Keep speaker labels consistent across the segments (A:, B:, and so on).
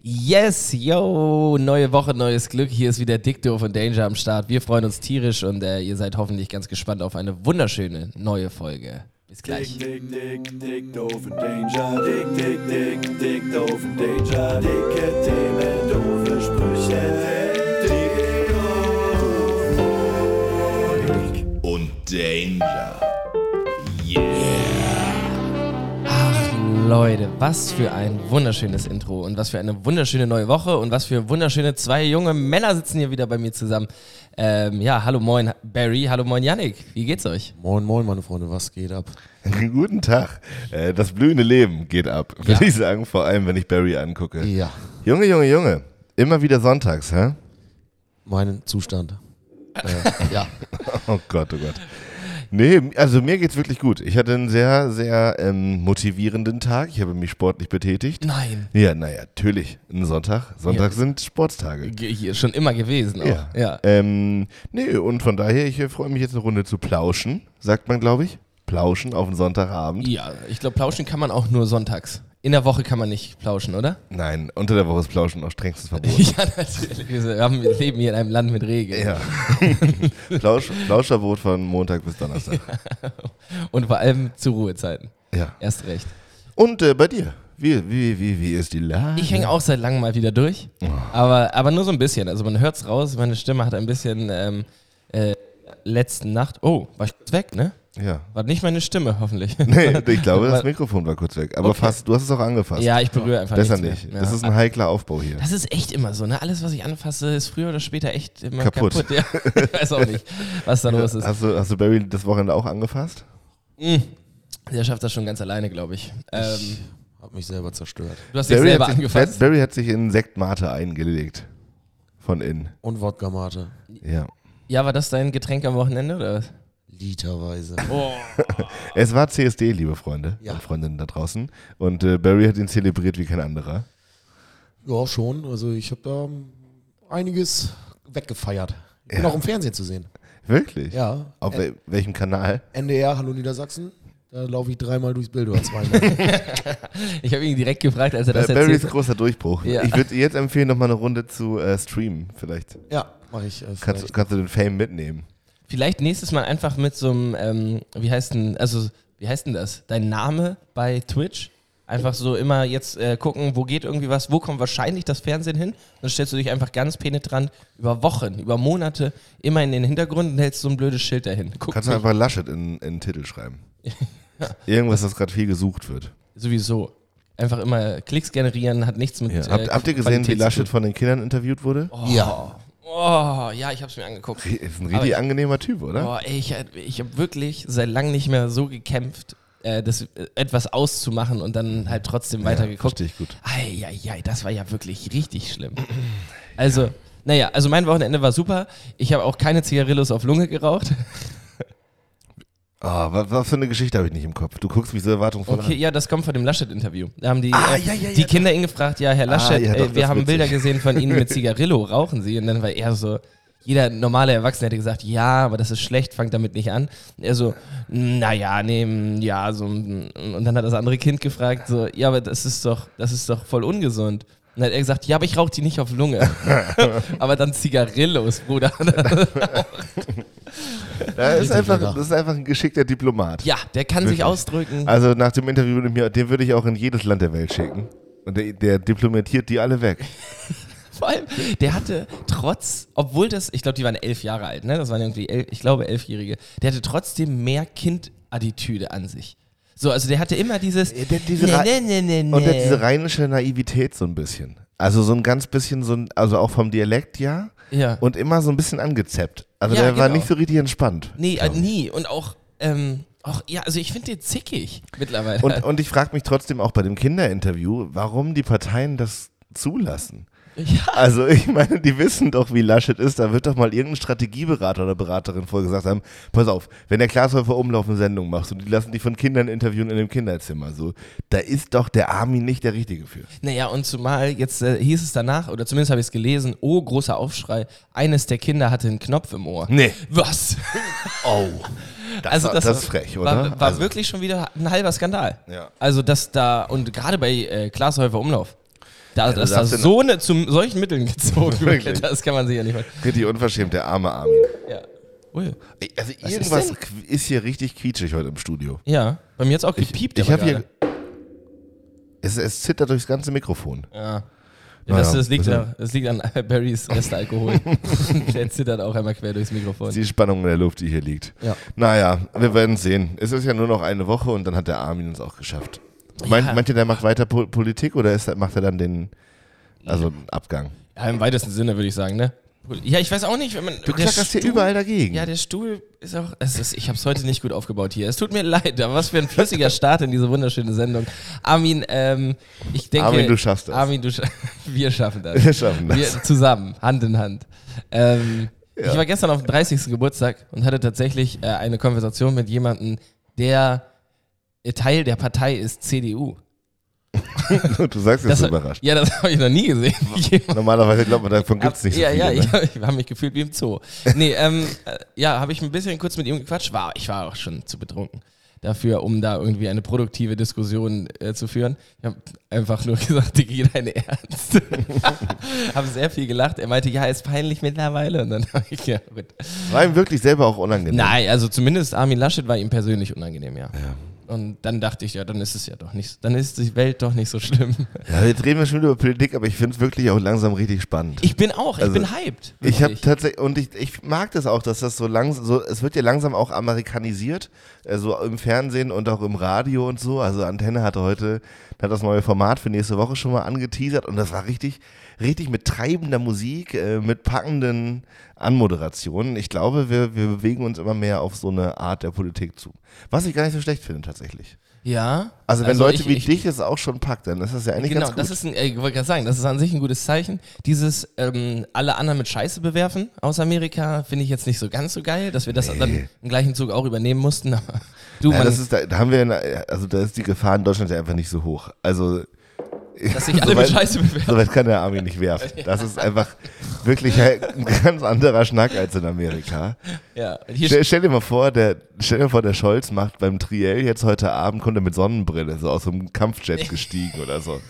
A: Yes, yo, neue Woche, neues Glück. Hier ist wieder Dicto von Danger am Start. Wir freuen uns tierisch und äh, ihr seid hoffentlich ganz gespannt auf eine wunderschöne neue Folge. Bis gleich.
B: Dick, dick, dick, dick, doofen Danger. Dick, dick, dick, dick, doofen Danger. Dicke Themen, doofe Sprüche. Dick, doof und
C: und Danger.
A: Ach Leute, was für ein wunderschönes Intro und was für eine wunderschöne neue Woche und was für wunderschöne zwei junge Männer sitzen hier wieder bei mir zusammen. Ähm, ja, hallo moin Barry, hallo moin Yannick. Wie geht's euch?
D: Moin, moin, meine Freunde, was geht ab?
C: Guten Tag. Äh, Das blühende Leben geht ab, würde
A: Ja.
C: ich sagen, vor allem wenn ich Barry angucke.
D: Ja,
C: Junge, Junge, Junge. Immer wieder sonntags, hä?
D: mein Zustand. Äh, ja,
C: Oh Gott, oh Gott. Nee, also mir geht's wirklich gut. Ich hatte einen sehr, sehr ähm, motivierenden Tag. Ich habe mich sportlich betätigt.
A: Nein.
C: Ja, naja, natürlich. Ein Sonntag. Sonntag sind Sportstage.
A: Hier schon immer gewesen. Auch. Genau. Ja. Äh,
C: Ähm, nee, und von daher, ich äh, freue mich jetzt eine Runde zu plauschen, sagt man, glaube ich. Plauschen auf den Sonntagabend.
A: ja, ich glaube, plauschen kann man auch nur sonntags. In der Woche kann man nicht plauschen, oder?
C: Nein, unter der Woche ist Plauschen auch strengstens verboten.
A: Ja, natürlich. Wir haben- wir leben hier in einem Land mit Regeln.
C: Ja. Plausch, Plauscherboot von Montag bis Donnerstag.
A: Und vor allem zu Ruhezeiten.
C: Ja.
A: Erst recht.
C: Und äh, bei dir? Wie, wie, wie, wie ist die Lage?
A: Ich hänge auch seit langem mal wieder durch. Aber, aber nur so ein bisschen. Also man hört's raus, meine Stimme hat ein bisschen ähm, äh, letzten Nacht. Oh, war ich kurz weg, ne?
C: Ja.
A: War nicht meine Stimme, hoffentlich.
C: Nee, ich glaube, das Mikrofon war kurz weg. Aber
A: Okay.
C: fast, du hast es auch angefasst.
A: Ja, ich berühre einfach
C: Besser
A: nichts
C: nicht.
A: Mehr.
C: Das
A: Ja.
C: ist ein heikler Aufbau hier.
A: Das ist echt immer so, ne? Alles, was ich anfasse, ist früher oder später echt immer kaputt.
C: Kaputt. also
A: Ja, ich weiß auch nicht, was da los ist. Hm.
C: Hast du, hast du Barry das Wochenende auch angefasst?
A: Der schafft das schon ganz alleine, glaube ich. Ähm,
D: hab mich selber zerstört.
A: du hast dich selber angefasst.
C: Barry hat sich in Sektmate eingelegt. Von innen.
D: Und Wodka-Mate,
C: Ja.
A: Ja, war das dein Getränk am Wochenende oder was?
D: literweise.
C: Oh. Es war CSD, liebe Freunde
D: Ja.
C: und Freundinnen da draußen. Und äh, Barry hat ihn zelebriert wie kein anderer.
D: Ja, schon. Also ich habe da ähm, einiges weggefeiert. Ich bin
C: Ja.
D: auch im Fernsehen zu sehen.
C: Wirklich?
D: Ja.
C: Auf wel- welchem Kanal?
D: NDR, Hallo Niedersachsen. Da laufe ich dreimal durchs Bild oder zweimal.
A: Ich habe ihn direkt gefragt, als er das
C: Äh, Barry
A: erzählt
C: ist
A: hat.
C: großer Durchbruch.
A: Ja.
C: Ich würde jetzt empfehlen, nochmal eine Runde zu äh, streamen. Vielleicht
D: ja, mache ich. Äh,
C: kannst,
D: vielleicht.
C: kannst du den Fame mitnehmen.
A: Vielleicht nächstes Mal einfach mit so einem, ähm, wie heißt denn, also wie heißt denn das? Dein Name bei Twitch? Einfach so immer jetzt äh, gucken, wo geht irgendwie was, wo kommt wahrscheinlich das Fernsehen hin? Dann stellst du dich einfach ganz penetrant über Wochen, über Monate immer in den Hintergrund und hältst so ein blödes Schild dahin. Guck
C: Kannst du
A: mich.
C: einfach Laschet in, in den Titel schreiben. Irgendwas, das gerade viel gesucht wird.
A: sowieso. Einfach immer Klicks generieren, hat nichts mit. äh,
C: habt, habt ihr gesehen, wie
A: Qualität zu
C: Laschet
A: tun.
C: von den Kindern interviewt wurde?
D: Ja.
A: Oh, ja, ich hab's mir angeguckt.
C: Ist ein
A: Aber
C: richtig
A: ich- Oh,
C: angenehmer Typ, oder?
A: Boah, ey, ich, ich habe wirklich seit langem nicht mehr so gekämpft, äh, das, äh, etwas auszumachen und dann halt trotzdem weitergeguckt.
C: versteh ich gut.
A: Eieiei, das war ja wirklich richtig schlimm. Also, naja, also mein Wochenende war super. Ich habe auch keine Zigarillos auf Lunge geraucht.
C: Ah, was, was für eine Geschichte habe ich nicht im Kopf. Du guckst mich so erwartungsvoll
A: Okay, ja, das kommt von dem Laschet-Interview. Da haben die,
C: Ah,
A: äh,
C: ja, ja, ja, Ah,
A: die Kinder ihn gefragt, ja, Herr Laschet,
C: ja, doch,
A: äh,
C: das
A: wir
C: ist
A: haben
C: witzig.
A: Bilder gesehen von Ihnen mit Zigarillo, rauchen Sie? Und dann war er so, jeder normale Erwachsene hätte gesagt, ja, aber das ist schlecht, fang damit nicht an. Und er so, naja, nee, mm, ja, so. mm. Und dann hat das andere Kind gefragt, so, ja, aber das ist doch, das ist doch voll ungesund. Und dann hat er gesagt, ja, aber ich rauche die nicht auf Lunge. aber dann Zigarillos, Bruder.
C: an. Da ist
D: Richtig
C: einfach,
D: sogar.
C: das ist einfach ein geschickter Diplomat.
A: genau. ja, der kann sich
C: Wirklich.
A: ausdrücken.
C: Also nach dem Interview mit mir, den würde ich auch in jedes Land der Welt schicken. Und der, der diplomatiert die alle weg.
A: Vor allem, der hatte trotz, obwohl das, ich glaube, die waren elf Jahre alt, ne? Das waren irgendwie, elf, ich glaube, elfjährige. Der hatte trotzdem mehr Kindattitüde an sich. So, also der hatte immer dieses.
C: Äh, der hat diese Ra-
A: nee, nee.
C: Und der, diese rheinische Naivität so ein bisschen. Also so ein ganz bisschen, so ein, also auch vom Dialekt ja.
A: Ja.
C: Und immer so ein bisschen angezappt. Also
A: Ja,
C: der war
A: genau.
C: nicht so richtig entspannt.
A: nee, äh, nie. Und auch, ähm, auch, ja, also ich finde den zickig mittlerweile.
C: Und, und ich frage mich trotzdem auch bei dem Kinderinterview, warum die Parteien das zulassen.
A: ja,
C: Also ich meine, die wissen doch, wie Laschet ist. Da wird doch mal irgendein Strategieberater oder Beraterin vorgesagt haben, pass auf, wenn der Glashäufer Umlauf eine Sendung macht und die lassen dich von Kindern interviewen in dem Kinderzimmer, so, da ist doch der Armin nicht der Richtige für.
A: naja, und zumal jetzt äh, hieß es danach, oder zumindest habe ich es gelesen, oh, großer Aufschrei, eines der Kinder hatte einen Knopf im Ohr.
C: Nee.
A: Was?
C: Oh. Das,
A: Also
C: war-
A: das,
C: das ist frech, oder?
A: War, war
C: also,
A: wirklich schon wieder ein halber Skandal.
C: Ja.
A: Also das da, und gerade bei äh, Glashäufer Umlauf. Da,
C: du
A: dass da
C: darfst den-
A: so eine, zu solchen Mitteln gezogen
C: Wirklich.
A: wird, das kann man sich ja nicht mal.
C: Richtig unverschämt, der arme Armin.
A: Ja. Ui.
C: Ey, Also
A: Was ist
C: irgendwas
A: denn?
C: qu- ist hier richtig quietschig heute im Studio.
A: ja, bei mir hat es auch gepiept.
C: Ich
A: aber
C: habe hier.
A: gerade.
C: Es, es zittert durchs ganze Mikrofon.
A: Ja.
C: Naja,
A: das, das, liegt,
C: also-
A: da- das liegt an Barrys Restalkohol. der zittert auch einmal quer durchs Mikrofon.
C: Die Spannung in der Luft, die hier liegt.
A: Ja.
C: Naja, wir werden sehen. Es ist ja nur noch eine Woche und dann hat der Armin uns auch geschafft. Meint,
A: Ja.
C: meint ihr, der macht weiter po Politik oder ist, er- macht er dann den also einen Abgang?
A: Ja, Im weitesten Sinne würde ich sagen, ne? Ja, ich weiß auch nicht, wenn man.
C: Du
A: der
C: klackerst hier
A: Stuhl-
C: überall dagegen.
A: Ja, der Stuhl ist auch. Es ist, ich habe es heute nicht gut aufgebaut hier. Es tut mir leid, aber was für ein flüssiger Start in diese wunderschöne Sendung. Armin, ähm, ich denke.
C: Armin, du schaffst das.
A: Armin, du scha- wir schaffen das.
C: Wir schaffen das.
A: Wir zusammen, Hand in Hand. Ähm, Ich war gestern auf dem 30. Geburtstag und hatte tatsächlich äh, eine Konversation mit jemandem, der äh, Teil der Partei ist CDU.
C: du sagst jetzt so überrascht.
A: Ja, das habe ich noch nie gesehen. Jemand-
C: Normalerweise glaubt man, davon gibt es
A: Ab-
C: nicht so
A: ja,
C: viele.
A: ja,
C: ne?
A: ich, hab- ich habe mich gefühlt wie im Zoo. Nee, ähm, äh, ja, habe ich ein bisschen kurz mit ihm gequatscht. War, ich war auch schon zu betrunken dafür, um da irgendwie eine produktive Diskussion äh, zu führen. Ich habe einfach nur gesagt, Digi, geh deine Ernst. habe sehr viel gelacht. Er meinte, ja, ist peinlich mittlerweile. Und dann habe ich, ja, gut.
C: War ihm wirklich selber auch unangenehm.
A: Nein, also zumindest Armin Laschet war ihm persönlich unangenehm, ja. Und dann dachte ich, ja, dann ist es ja doch nicht, dann ist die Welt doch nicht so schlimm.
C: Ja, jetzt reden wir schon über Politik, aber ich finde es wirklich auch langsam richtig spannend.
A: Ich bin auch, ich
C: Also,
A: bin hyped.
C: Ich habe
A: wirklich.
C: tatsächlich, und ich, ich mag das auch, dass das so langsam, so, es wird ja langsam auch amerikanisiert, äh, so im Fernsehen und auch im Radio und so. Also Antenne hatte heute, hat das neue Format für nächste Woche schon mal angeteasert und das war richtig, richtig mit treibender Musik, äh, mit packenden Anmoderationen. Ich glaube, wir, wir bewegen uns immer mehr auf so eine Art der Politik zu. Was ich gar nicht so schlecht finde tatsächlich.
A: ja.
C: Also wenn Leute
A: ich-
C: wie
A: ich-
C: dich es auch schon packt, dann ist das ja eigentlich
A: Genau,
C: ganz gut.
A: das ist ein, äh, ich wollte gerade sagen, das ist an sich ein gutes Zeichen. Dieses ähm, alle anderen mit Scheiße bewerfen aus Amerika finde ich jetzt nicht so ganz so geil, dass wir das dann im gleichen Zug auch übernehmen mussten. Aber du,
C: ja,
A: man,
C: das ist, da, da haben wir, eine- also da ist die Gefahr in Deutschland ja einfach nicht so hoch. Also
A: dass sich alle mit Scheiße bewerfen.
C: Soweit kann der Armin nicht werfen. Das ist einfach wirklich ein ganz anderer Schnack als in Amerika.
A: Ja, und hier
C: Stell, stell dir mal vor, der, stell dir mal vor, der Scholz macht beim Triell jetzt heute Abend, kommt er mit Sonnenbrille, so aus einem Kampfjet gestiegen oder so.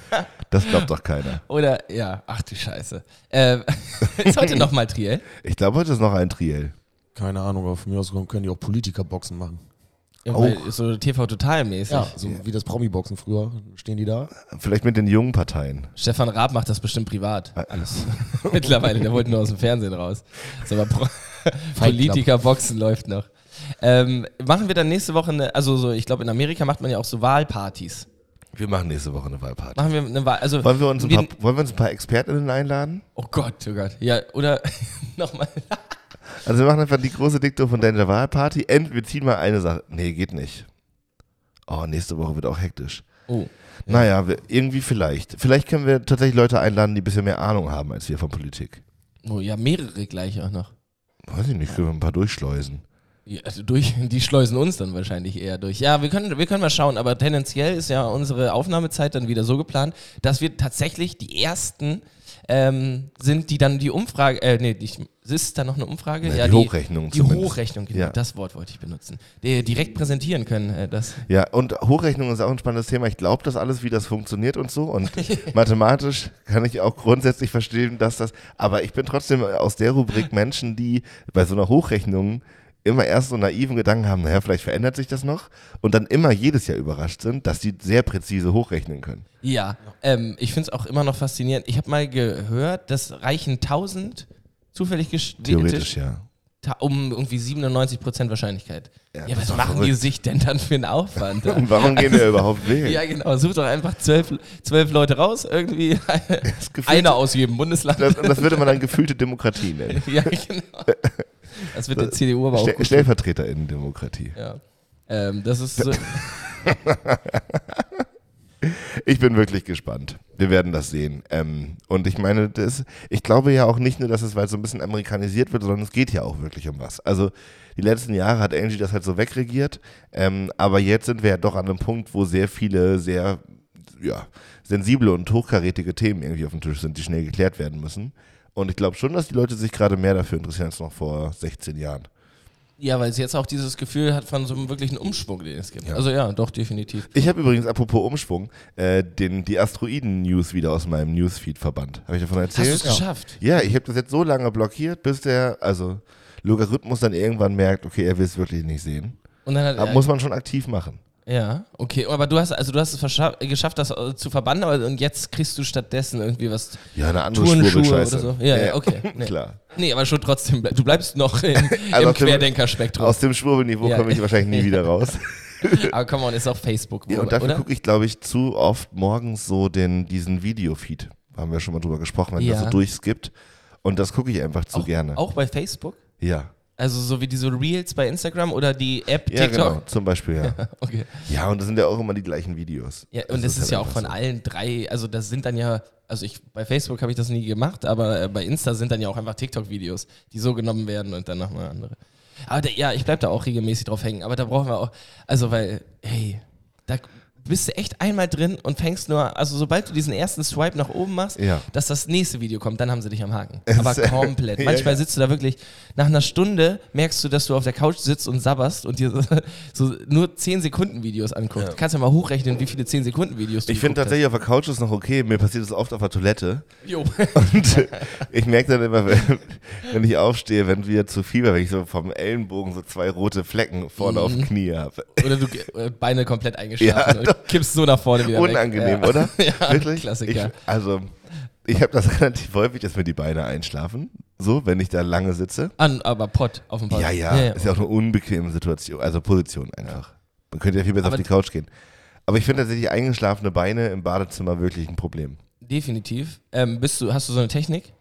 C: Das glaubt doch keiner.
A: oder ja, ach du Scheiße. Äh, ist heute nochmal Triel.
C: Ich glaube, heute ist noch ein Triell.
D: Keine Ahnung, aber von mir aus können die auch Politikerboxen machen.
A: Ja,
C: Auch.
A: weil So TV total mäßig.
D: Ja, so wie das Promi-Boxen früher. Stehen die da?
C: Vielleicht mit den jungen Parteien.
A: Stefan Raab macht das bestimmt privat.
C: Äh,
A: Alles. Mittlerweile, der wollte nur aus dem Fernsehen raus. Ist aber Pro Politiker Boxen läuft noch. Ähm, machen wir dann nächste Woche eine, also so, ich glaube in Amerika macht man ja auch so Wahlpartys.
C: Wir machen nächste Woche eine Wahlparty.
A: Machen wir eine Wahl, also
C: Wollen wir uns ein paar, wollen wir uns ein paar Expertinnen einladen?
A: Oh Gott, oh Gott. Ja, oder nochmal.
C: Also wir machen einfach die große Diktor von Danger Wahlparty. End, wir ziehen mal eine Sache. Nee, geht nicht. Oh, nächste Woche wird auch hektisch.
A: Oh.
C: Naja, wir- irgendwie vielleicht. Vielleicht können wir tatsächlich Leute einladen, die ein bisschen mehr Ahnung haben als wir von Politik.
A: oh, ja, mehrere gleich auch noch.
C: Weiß ich nicht, können wir ein paar durchschleusen.
A: Ja, also durch, die schleusen uns dann wahrscheinlich eher durch. Ja, wir können, wir können mal schauen, aber tendenziell ist ja unsere Aufnahmezeit dann wieder so geplant, dass wir tatsächlich die ersten ähm, sind, die dann die Umfrage, äh, nee, die, ist da noch eine Umfrage?
C: Nee,
A: ja,
C: die Hochrechnung
A: Die
C: zumindest.
A: Hochrechnung, genau,
C: Ja.
A: das Wort wollte ich benutzen. Die direkt präsentieren können, äh, das.
C: Ja, und Hochrechnung ist auch ein spannendes Thema. Ich glaube das alles, wie das funktioniert und so. Und mathematisch kann ich auch grundsätzlich verstehen, dass das. Aber ich bin trotzdem aus der Rubrik Menschen, die bei so einer Hochrechnung immer erst so naiven Gedanken haben, naja, vielleicht verändert sich das noch. Und dann immer jedes Jahr überrascht sind, dass die sehr präzise hochrechnen können.
A: Ja, ähm, ich finde es auch immer noch faszinierend. Ich habe mal gehört, das reichen 1000 zufällig
C: Theoretisch,
A: gestimmte
C: ja.
A: Ta- um irgendwie 97% Wahrscheinlichkeit. Ja,
C: das
A: was
C: ist doch
A: machen die
C: verrückt.
A: sich denn dann für einen Aufwand? da?
C: Und warum gehen wir überhaupt wählen?
A: ja, genau. Such doch einfach zwölf, zwölf Leute raus, irgendwie
C: Gefühl-
A: einer aus jedem Bundesland.
C: Das, das würde man dann gefühlte Demokratie nennen.
A: ja, genau. Das wird der CDU aber auch
C: Ste
A: gut.
C: Stellvertreterinnen-Demokratie.
A: Ja. Ähm, das ist so,
C: Ich bin wirklich gespannt. Wir werden das sehen. Ähm, und ich meine, das, ich glaube ja auch nicht nur, dass es, weil es so ein bisschen amerikanisiert wird, sondern es geht ja auch wirklich um was. Also die letzten Jahre hat Angie das halt so wegregiert, ähm, aber jetzt sind wir ja doch an einem Punkt, wo sehr viele sehr ja, sensible und hochkarätige Themen irgendwie auf dem Tisch sind, die schnell geklärt werden müssen. Und ich glaube schon, dass die Leute sich gerade mehr dafür interessieren als noch vor 16 Jahren.
A: Ja, weil es jetzt auch dieses Gefühl hat von so einem wirklichen Umschwung, den es gibt. Also ja, doch, definitiv.
C: Ich habe übrigens, apropos Umschwung, äh, den, die Asteroiden-News wieder aus meinem Newsfeed verbannt. Habe ich davon
A: Hast du
C: erzählt?
A: es geschafft?
C: Ja, ich habe das jetzt so lange blockiert, bis der, also Logarithmus dann irgendwann merkt, okay, er will es wirklich nicht sehen.
A: Und dann hat,
C: Aber muss man schon aktiv machen.
A: ja, okay. Aber du hast, also du hast es verscha- äh, geschafft, das äh, zu verbannen, aber und jetzt kriegst du stattdessen irgendwie was.
C: Ja, eine andere
A: Turnschuhe oder
C: Schwurbelscheiße.
A: so. Ja, ja, okay. Nee.
C: Klar.
A: Nee, aber schon trotzdem, ble- du bleibst noch im,
C: Also
A: im
C: auf dem-
A: Querdenkerspektrum.
C: Aus dem Schwurbelniveau
A: Ja.
C: komme ich wahrscheinlich nie wieder raus.
A: Aber come on, ist auf Facebook,
C: Ja, und
A: oder?
C: dafür gucke ich, glaube ich, zu oft morgens so den, diesen Videofeed. Haben wir schon mal drüber gesprochen, wenn das
A: Ja.
C: so durchskippt. Und das gucke ich einfach zu
A: auch,
C: gerne.
A: Auch bei Facebook?
C: Ja.
A: Also so wie diese Reels bei Instagram oder die App
C: Ja, genau,
A: TikTok?
C: zum Beispiel, ja.
A: Okay.
C: Ja, und das sind ja auch immer die gleichen Videos.
A: Ja, und das, ist, ja auch
C: halt
A: von
C: einfach so.
A: allen drei, also das sind dann ja, also ich bei Facebook habe ich das nie gemacht, aber äh, bei Insta sind dann ja auch einfach TikTok-Videos, die so genommen werden und dann nochmal andere. Aber da, ja, ich bleib da auch regelmäßig drauf hängen, aber da brauchen wir auch, also weil, hey, da bist du echt einmal drin und fängst nur, also sobald du diesen ersten Swipe nach oben machst,
C: Ja.
A: dass das nächste Video kommt, dann haben sie dich am Haken. Aber
C: ist-
A: komplett.
C: Ja,
A: Manchmal
C: ja.
A: sitzt du da wirklich, nach einer Stunde merkst du, dass du auf der Couch sitzt und sabberst und dir so, so nur 10 Sekunden Videos anguckst. Kannst ja mal hochrechnen, wie viele 10 Sekunden Videos du
C: Ich finde
A: geguckt
C: tatsächlich auf der Couch ist noch okay. Mir passiert das oft auf der Toilette.
A: hast. Jo.
C: Und äh, ich merke dann immer, wenn, wenn ich aufstehe, wenn wieder zu viel war, wenn ich so vom Ellenbogen so zwei rote Flecken vorne auf
A: Mhm.
C: dem Knie habe.
A: Oder du äh, Beine komplett eingeschlafen und kippst so nach vorne wieder
C: Unangenehm,
A: weg.
C: oder?
A: Ja, ja
C: Wirklich?
A: Klassiker.
C: Ich, also, ich habe das relativ häufig, dass mir die Beine einschlafen. So, wenn ich da lange sitze.
A: An, aber Pott auf dem Pott.
C: Ja, ja, ist ja auch eine unbequeme Situation, also Position einfach. Man könnte ja viel besser
A: Aber
C: auf die Couch gehen. Aber ich finde tatsächlich eingeschlafene Beine im Badezimmer wirklich ein Problem.
A: Definitiv. Ähm, bist du, hast du so eine Technik?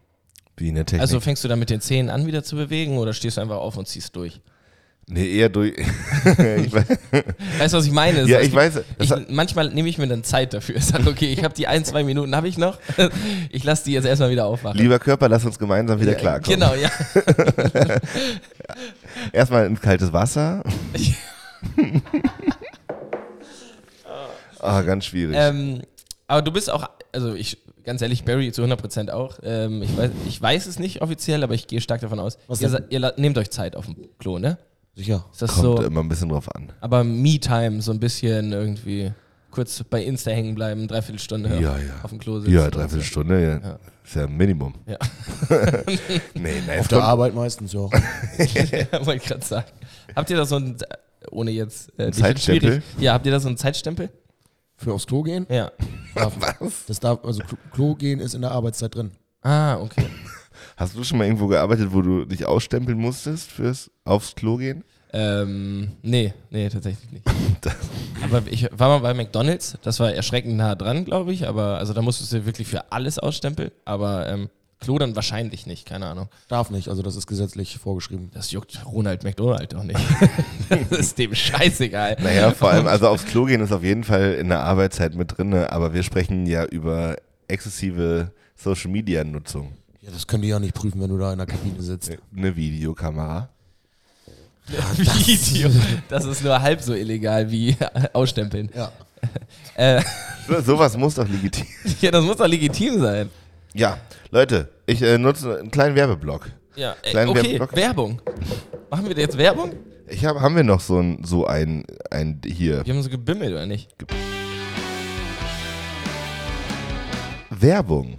C: Wie in der Technik.
A: Also fängst du dann mit den Zähnen an, wieder zu bewegen oder stehst du einfach auf und ziehst durch?
C: nee, eher durch. ich weiß,
A: Weißt du, was Also ich meine?
C: ja,
A: So,
C: ich weiß. Das
A: Ich,
C: hat,
A: manchmal nehme ich mir dann Zeit dafür. Ich sage, okay, ich habe die ein, zwei Minuten habe ich noch. Ich lasse die jetzt erstmal wieder aufwachen.
C: lieber Körper, lass uns gemeinsam wieder klarkommen.
A: Genau, ja.
C: Erstmal ins kaltes Wasser. Ah, ganz schwierig.
A: Ähm, aber du bist auch, also ich, ganz ehrlich, Barry zu 100% auch. Ähm, ich, weiß, ich weiß es nicht offiziell, aber ich gehe stark davon aus.
D: Was
A: ihr,
D: denn?
A: sa- ihr la- nehmt euch Zeit auf dem Klo, ne?
D: Sicher.
A: Ist das
C: Kommt
A: so?
C: immer ein bisschen drauf an.
A: Aber Me-Time, so ein bisschen irgendwie kurz bei Insta hängen bleiben, dreiviertel Stunde
C: Ja, ja.
A: auf dem Klo sitzen.
C: Ja, dreiviertel Stunde, ja. Ist ja ein Minimum.
A: Ja.
C: nee, nein,
D: Auf
C: es
D: der
C: kommt,
D: Arbeit meistens, ja.
A: Ja, wollte ich gerade sagen. Habt ihr da so ein, ohne jetzt, äh, dich in
C: Zeitstempel?
A: schwierig- Ja, habt ihr da so einen Zeitstempel?
D: Für aufs Klo gehen?
A: Ja.
D: Was? Das darf, also Klo- Klo gehen ist in der Arbeitszeit drin.
A: Ah, okay.
C: Hast du schon mal irgendwo gearbeitet, wo du dich ausstempeln musstest fürs aufs Klo gehen?
A: Ähm, nee, nee, tatsächlich nicht. aber ich war mal bei McDonalds, das war erschreckend nah dran, glaube ich, aber also da musstest du wirklich für alles ausstempeln, aber ähm, Klo dann wahrscheinlich nicht, keine Ahnung.
D: Darf nicht, also das ist gesetzlich vorgeschrieben.
A: Das juckt Ronald McDonald doch nicht. das ist dem scheißegal.
C: Naja, vor allem, also aufs Klo gehen ist auf jeden Fall in der Arbeitszeit mit drin, ne? aber wir sprechen ja über exzessive Social Media Nutzung.
D: Ja, das können die ja nicht prüfen, wenn du da in der Kabine sitzt.
C: Eine Videokamera.
A: Video. Das ist nur halb so illegal wie ausstempeln.
D: Ja.
A: Äh,
C: So, sowas muss doch legitim.
A: ja, das muss doch legitim sein.
C: Ja, Leute, ich äh, nutze einen kleinen Werbeblock.
A: Ja, äh,
C: Kleinen
A: okay,
C: Werbeblock.
A: Werbung. Machen wir jetzt Werbung?
C: Ich hab, haben wir noch so ein, so ein, ein hier
A: Wir haben so gebimmelt, oder nicht?
C: Werbung.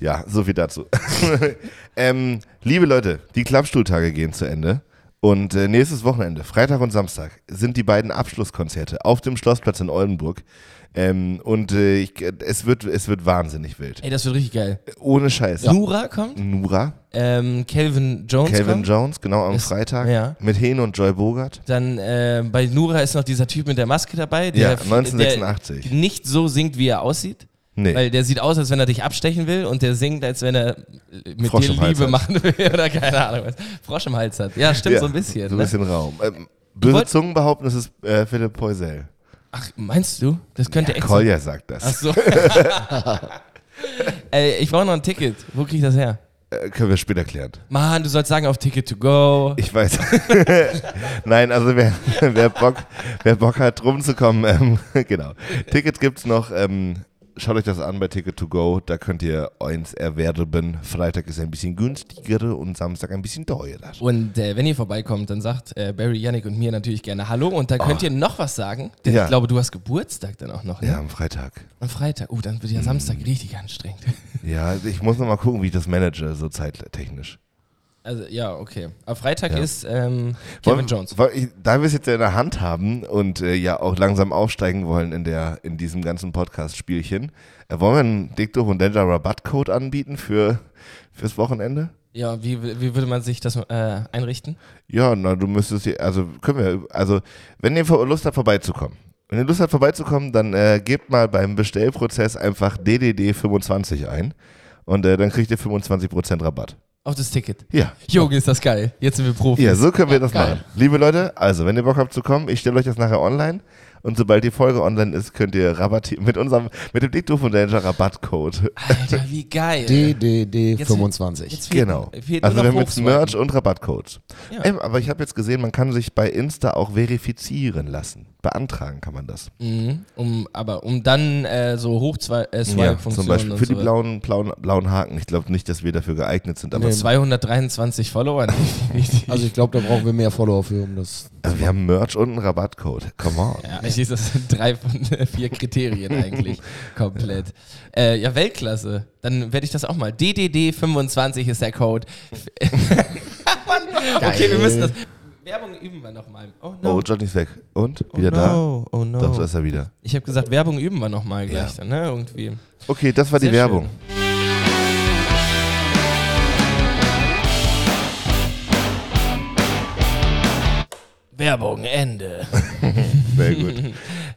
C: Ja, so viel dazu. ähm, liebe Leute, die Klappstuhltage gehen zu Ende. Und äh, nächstes Wochenende, Freitag und Samstag, sind die beiden Abschlusskonzerte auf dem Schlossplatz in Oldenburg. Ähm, und äh, ich, es, wird, es wird wahnsinnig wild.
A: Ey, das wird richtig geil.
C: Ohne Scheiß.
A: Nura kommt,
C: Nura,
A: ähm, Calvin Jones
C: Calvin
A: kommt.
C: Jones, genau am
A: Ist-
C: Freitag.
A: ja.
C: Mit Hene und Joy Bogart.
A: Dann äh, bei Nura ist noch dieser Typ mit der Maske dabei, der,
C: Ja, 1986.
A: der nicht so singt, wie er aussieht.
C: Nee.
A: Weil der sieht aus, als wenn er dich abstechen will und der singt, als wenn er äh, mit
C: Frosch
A: dir
C: im Hals
A: Liebe
C: hat.
A: machen will oder keine Ahnung was. Frosch im Hals hat. Ja, stimmt
C: Ja,
A: so ein bisschen.
C: So ein
A: ne?
C: bisschen Raum. Ähm, böse
A: wollt-
C: Zungen behaupten, es ist äh, Philipp Poisel.
A: Ach, meinst du? Das könnte echt sein.
C: Kolja sagt das.
A: Ach so. Ey, ich brauche noch ein Ticket. Wo kriege ich das her?
C: Äh, können wir später klären.
A: Mann, du sollst sagen auf Ticket to go.
C: Ich weiß. Nein, also wer, wer, Bock, wer Bock hat, rumzukommen, ähm, genau. Tickets gibt's noch. Ähm, Schaut euch das an bei Ticket to Go, da könnt ihr eins erwerben. Freitag ist ein bisschen günstiger und Samstag ein bisschen teurer.
A: Und äh, wenn ihr vorbeikommt, dann sagt äh, Barry, Yannick und mir natürlich gerne Hallo. Und dann könnt ihr noch was sagen. Denn
C: Oh. Ja.
A: ich glaube, du hast Geburtstag dann auch noch. Ne?
C: Ja, Mm. am Freitag.
A: Am Freitag. Oh, dann wird ja Samstag richtig anstrengend.
C: Ja, ich muss noch mal gucken, wie ich das manage, so zeittechnisch.
A: Also, ja, okay. Aber Freitag
C: Ja.
A: ist ähm, Kevin
C: Wollen-
A: Jones.
C: wollen- ich- Da wir es jetzt ja in der Hand haben und äh, ja auch langsam aufsteigen wollen in, der, in diesem ganzen Podcast-Spielchen, äh, wollen wir einen Dicto und Danger Rabattcode anbieten für, fürs Wochenende?
A: Ja, wie, wie würde man sich das äh, einrichten?
C: Ja, na, du müsstest hier, also können wir, also wenn ihr vor- Lust habt, vorbeizukommen, wenn ihr Lust habt, vorbeizukommen, dann äh, gebt mal beim Bestellprozess einfach DDD25 ein und äh, dann kriegt ihr 25% Rabatt.
A: Auf das Ticket.
C: Ja.
A: Junge, ist das geil. Jetzt sind wir Profis.
C: Ja, so können wir das
A: Geil.
C: machen. Liebe Leute, also wenn ihr Bock habt zu kommen, ich stelle euch das nachher online und sobald die Folge online ist, könnt ihr Rabatt mit unserem, mit dem Dicto von Danger Rabattcode.
A: Alter, wie geil.
D: DDD25.
A: Äh, Jetzt fehlt-
C: Genau.
A: Fehlt
C: Also
A: nur
C: wir
A: noch
C: haben jetzt
A: hochswipen.
C: Merch und Rabattcodes.
A: Ja.
C: Ähm, aber ich habe jetzt gesehen, man kann sich bei Insta auch verifizieren lassen. Beantragen kann man das.
A: Mhm. Um, aber um dann äh, so hochzwe äh, Swipe
C: zum Beispiel
A: und
C: für die
A: so.
C: blauen, blauen, blauen Haken. Ich glaube nicht, dass wir dafür geeignet sind, aber
D: Nee.
C: es-
A: 223 Follower. definitiv.
D: Also ich glaube, da brauchen wir mehr Follower für, um das.
C: also wir haben Merch und einen Rabattcode. Come on.
A: ja, ich lese, das sind drei von äh, vier Kriterien eigentlich komplett. Ja, äh, ja Weltklasse. Dann werde ich das auch mal. DDD25 ist der Code. okay, wir müssen das. Werbung üben wir nochmal. Oh
C: Oh,
A: no.
C: Johnny ist weg. Und?
A: Oh
C: Wieder
A: no. Oh
C: da? Doch, da
A: no.
C: ist er wieder.
A: Ich habe gesagt, Werbung üben wir nochmal gleich
C: Ja.
A: dann, ne? Irgendwie.
C: Okay, das war die
A: Sehr
C: Werbung.
A: Werbung, Ende.
C: Sehr gut.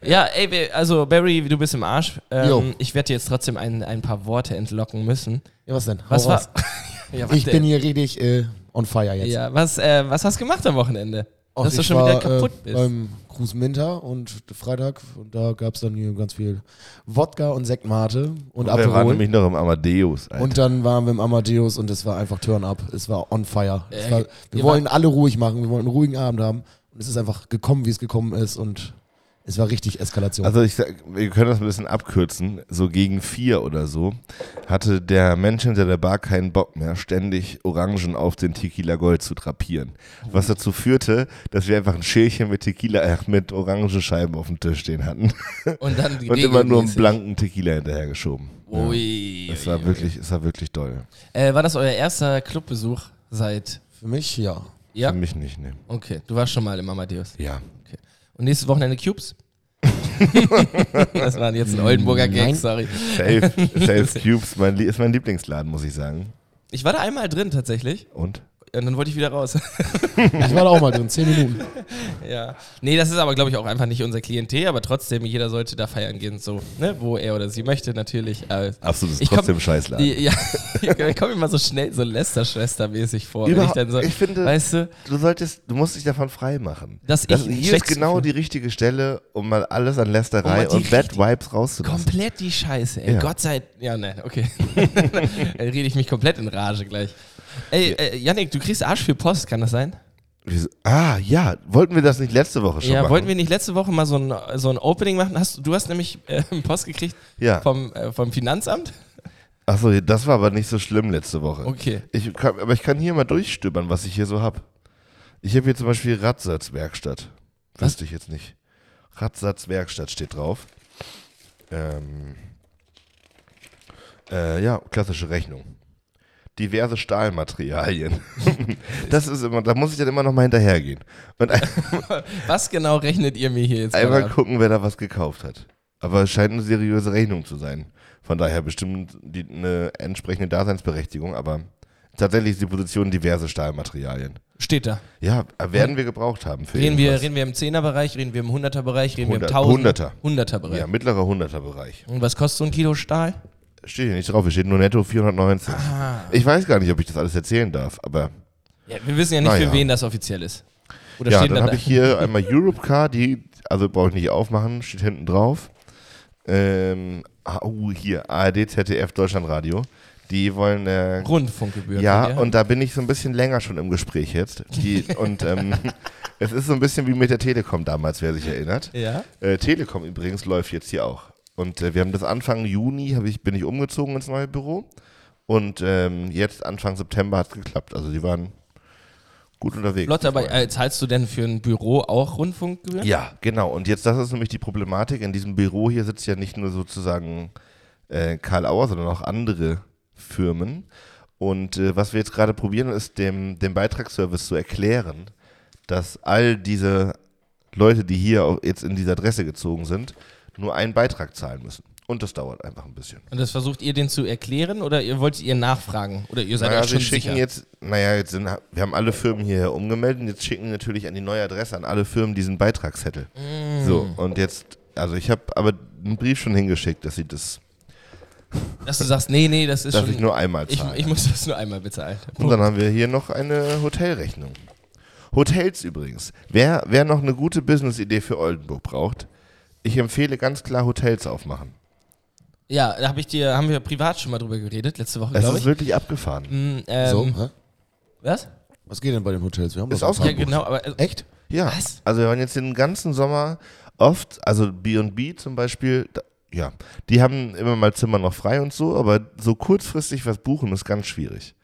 A: Ja, ey, wir- also Barry, du bist im Arsch.
D: Jo.
A: Ähm, ich werde dir jetzt trotzdem ein, ein paar Worte entlocken müssen.
D: Ja, was denn? Hau
A: Was
D: raus.
A: war. ja, was
D: Ich
A: denn?
D: bin hier richtig äh, on fire jetzt.
A: Ja, was, äh, was hast du gemacht am Wochenende?
D: Och,
A: dass du
D: ich äh,
A: schon wieder kaputt bist.
D: Beim Cruise Minter und Freitag und da gab es dann hier ganz viel Wodka und Sektmate und
C: Wir waren
D: Aperol.
C: nämlich noch im Amadeus. Alter.
D: Und dann waren wir im Amadeus und es war einfach Turn Up. Es war on fire. Es
A: Äh,
D: war,
A: ihr
D: wir wollen alle ruhig machen, wir wollen einen ruhigen Abend haben. Und es ist einfach gekommen, wie es gekommen ist und es war richtig Eskalation.
C: Also ich sag, wir können das ein bisschen abkürzen. So gegen vier oder so hatte der Mensch hinter der Bar keinen Bock mehr, ständig Orangen auf den Tequila Gold zu drapieren. Was dazu führte, dass wir einfach ein Schälchen mit Tequila, äh, mit Orangenscheiben auf dem Tisch stehen hatten.
A: Und dann
C: Und immer nur einen
A: regelmäßig.
C: blanken Tequila hinterhergeschoben.
A: Oh Ui.
C: Es war wirklich, es war wirklich doll.
A: Äh, war das euer erster Clubbesuch seit.
D: Für mich, ja.
A: Ja?
C: Für mich nicht, ne.
A: Okay, du warst schon mal im Amadeus.
C: Ja.
A: Und nächstes Wochenende Cubes? das waren jetzt ein Oldenburger Gag,
D: Nein.
A: sorry.
C: Safe, Safe Cubes mein, Lie- ist mein Lieblingsladen, muss ich sagen.
A: Ich war da einmal drin tatsächlich.
C: Und?
A: Und dann wollte ich wieder raus.
D: Ich war da auch mal drin, zehn Minuten.
A: Ja. Nee, das ist aber, glaube ich, auch einfach nicht unser Klientel, aber trotzdem, jeder sollte da feiern gehen, so, ne, wo er oder sie möchte, natürlich. Äh,
C: Absolut,
A: Ich
C: ist
A: komm-
C: trotzdem Scheißladen.
A: die, ja, ich komme immer so schnell, so Lester-Schwester-mäßig vor. Wenn ich,
C: Überhaupt-
A: dann so,
C: ich finde-
A: weißt du,
C: du solltest, du musst dich davon frei machen.
A: Dass
C: das
A: ich ein
C: hier ist
A: schlechtes
C: genau
A: Gefühl-
C: die richtige Stelle, um mal alles an
A: Um mal
C: Lästerei
A: die
C: und Bad
A: richtig-
C: Vibes rauszulassen.
A: komplett die Scheiße, ey.
C: Ja.
A: Gott sei Ja, nein, okay. Dann rede ich mich komplett in Rage gleich. Ey, äh, Yannick, du kriegst Arsch für Post, kann das sein?
C: Wieso- Ah, ja, wollten wir das nicht letzte Woche schon
A: ja,
C: machen?
A: wollten wir nicht letzte Woche mal so ein, so ein Opening machen? Hast, du- du hast nämlich äh, Post gekriegt
C: Ja.
A: vom, äh, vom Finanzamt?
C: Achso, das war aber nicht so schlimm letzte Woche.
A: Okay.
C: Ich kann, aber ich kann hier mal durchstöbern, was ich hier so hab. Ich habe hier zum Beispiel Radsatzwerkstatt.
A: Was?
C: Wüsste ich jetzt nicht. Radsatzwerkstatt steht drauf. Ähm, äh, ja, klassische Rechnung. Diverse Stahlmaterialien. das ist immer, da muss ich dann immer noch mal hinterhergehen. Und ein,
A: Was genau rechnet ihr mir hier jetzt
C: einmal
A: gerade ab?
C: gucken, wer da was gekauft hat. Aber es scheint eine seriöse Rechnung zu sein. Von daher bestimmt die, eine entsprechende Daseinsberechtigung, aber tatsächlich ist die Position diverse Stahlmaterialien.
A: Steht da.
C: Ja, werden wir gebraucht haben für
A: Reden wir,
C: irgendwas.
A: reden wir im 10er-Bereich, reden wir im 100er-Bereich, reden wir im
C: Hundert-
A: 1000
C: Hunderter.
A: 100er bereich
C: Ja, mittlerer Hunderterbereich.
A: Und was kostet so ein Kilo Stahl?
C: Steht hier nicht drauf, hier steht nur netto 490.
A: Ah.
C: Ich weiß gar nicht, ob ich das alles erzählen darf, aber
A: Ja, wir wissen ja nicht,
C: Na
A: für
C: ja.
A: wen das offiziell ist. Oder
C: ja,
A: steht
C: dann
A: da
C: habe
A: da?
C: ich hier einmal Europcar, die, also brauche ich nicht aufmachen, steht hinten drauf. Ähm, ah, oh, hier, ARD, ZDF, Deutschlandradio. Die wollen äh,
A: Rundfunkgebühren.
C: Ja,
A: ja?
C: und da bin ich so ein bisschen länger schon im Gespräch jetzt. Die, und ähm, es ist so ein bisschen wie mit der Telekom damals, wer sich erinnert.
A: Ja?
C: Äh, Telekom übrigens läuft jetzt hier auch. Und äh, wir haben das Anfang Juni, hab ich, bin ich umgezogen ins neue Büro. Und ähm, jetzt Anfang September hat es geklappt. Also die waren gut unterwegs.
A: Lotte, aber äh, zahlst du denn für ein Büro auch Rundfunkgebühren?
C: Ja, genau. Und jetzt, das ist nämlich die Problematik. In diesem Büro hier sitzt ja nicht nur sozusagen äh, Karl Auer, sondern auch andere Firmen. Und äh, was wir jetzt gerade probieren, ist dem, dem Beitragsservice zu erklären, dass all diese Leute, die hier auch jetzt in diese Adresse gezogen sind, nur einen Beitrag zahlen müssen. Und das dauert einfach ein bisschen.
A: Und das versucht ihr den zu erklären oder ihr wollt ihr nachfragen? Oder ihr seid
C: Naja,
A: euch schon
C: wir schicken
A: sicher?
C: jetzt, naja, jetzt sind, wir haben alle Firmen hier umgemeldet und jetzt schicken wir natürlich an die neue Adresse an alle Firmen diesen Beitragszettel.
A: Hm.
C: So,
A: Mhm.
C: und jetzt, also ich habe aber einen Brief schon hingeschickt, dass sie das,
A: dass du sagst, nee, nee, das ist
C: darf
A: schon.
C: ich nur einmal
A: ich,
C: zahlen.
A: ich muss das nur einmal bezahlen.
C: und dann haben wir hier noch eine Hotelrechnung. Hotels übrigens. Wer, wer noch eine gute Business-Idee für Oldenburg braucht, ich empfehle ganz klar Hotels aufmachen.
A: Ja, da hab ich dir, haben wir privat schon mal drüber geredet, letzte Woche,
C: Das
A: glaube
C: ist
A: ich.
C: wirklich abgefahren.
A: Mm, ähm,
D: so, hä?
A: Was?
D: Was geht denn bei den Hotels? Wir haben
C: Ist
D: doch ein paar
A: Ja,
C: ausgebucht.
A: genau,
D: Buch-
A: aber. äh,
D: Echt?
C: Ja.
A: Was?
C: Also wir waren jetzt den ganzen Sommer oft, also B&B zum Beispiel, da, ja, die haben immer mal Zimmer noch frei und so, aber so kurzfristig was buchen ist ganz schwierig.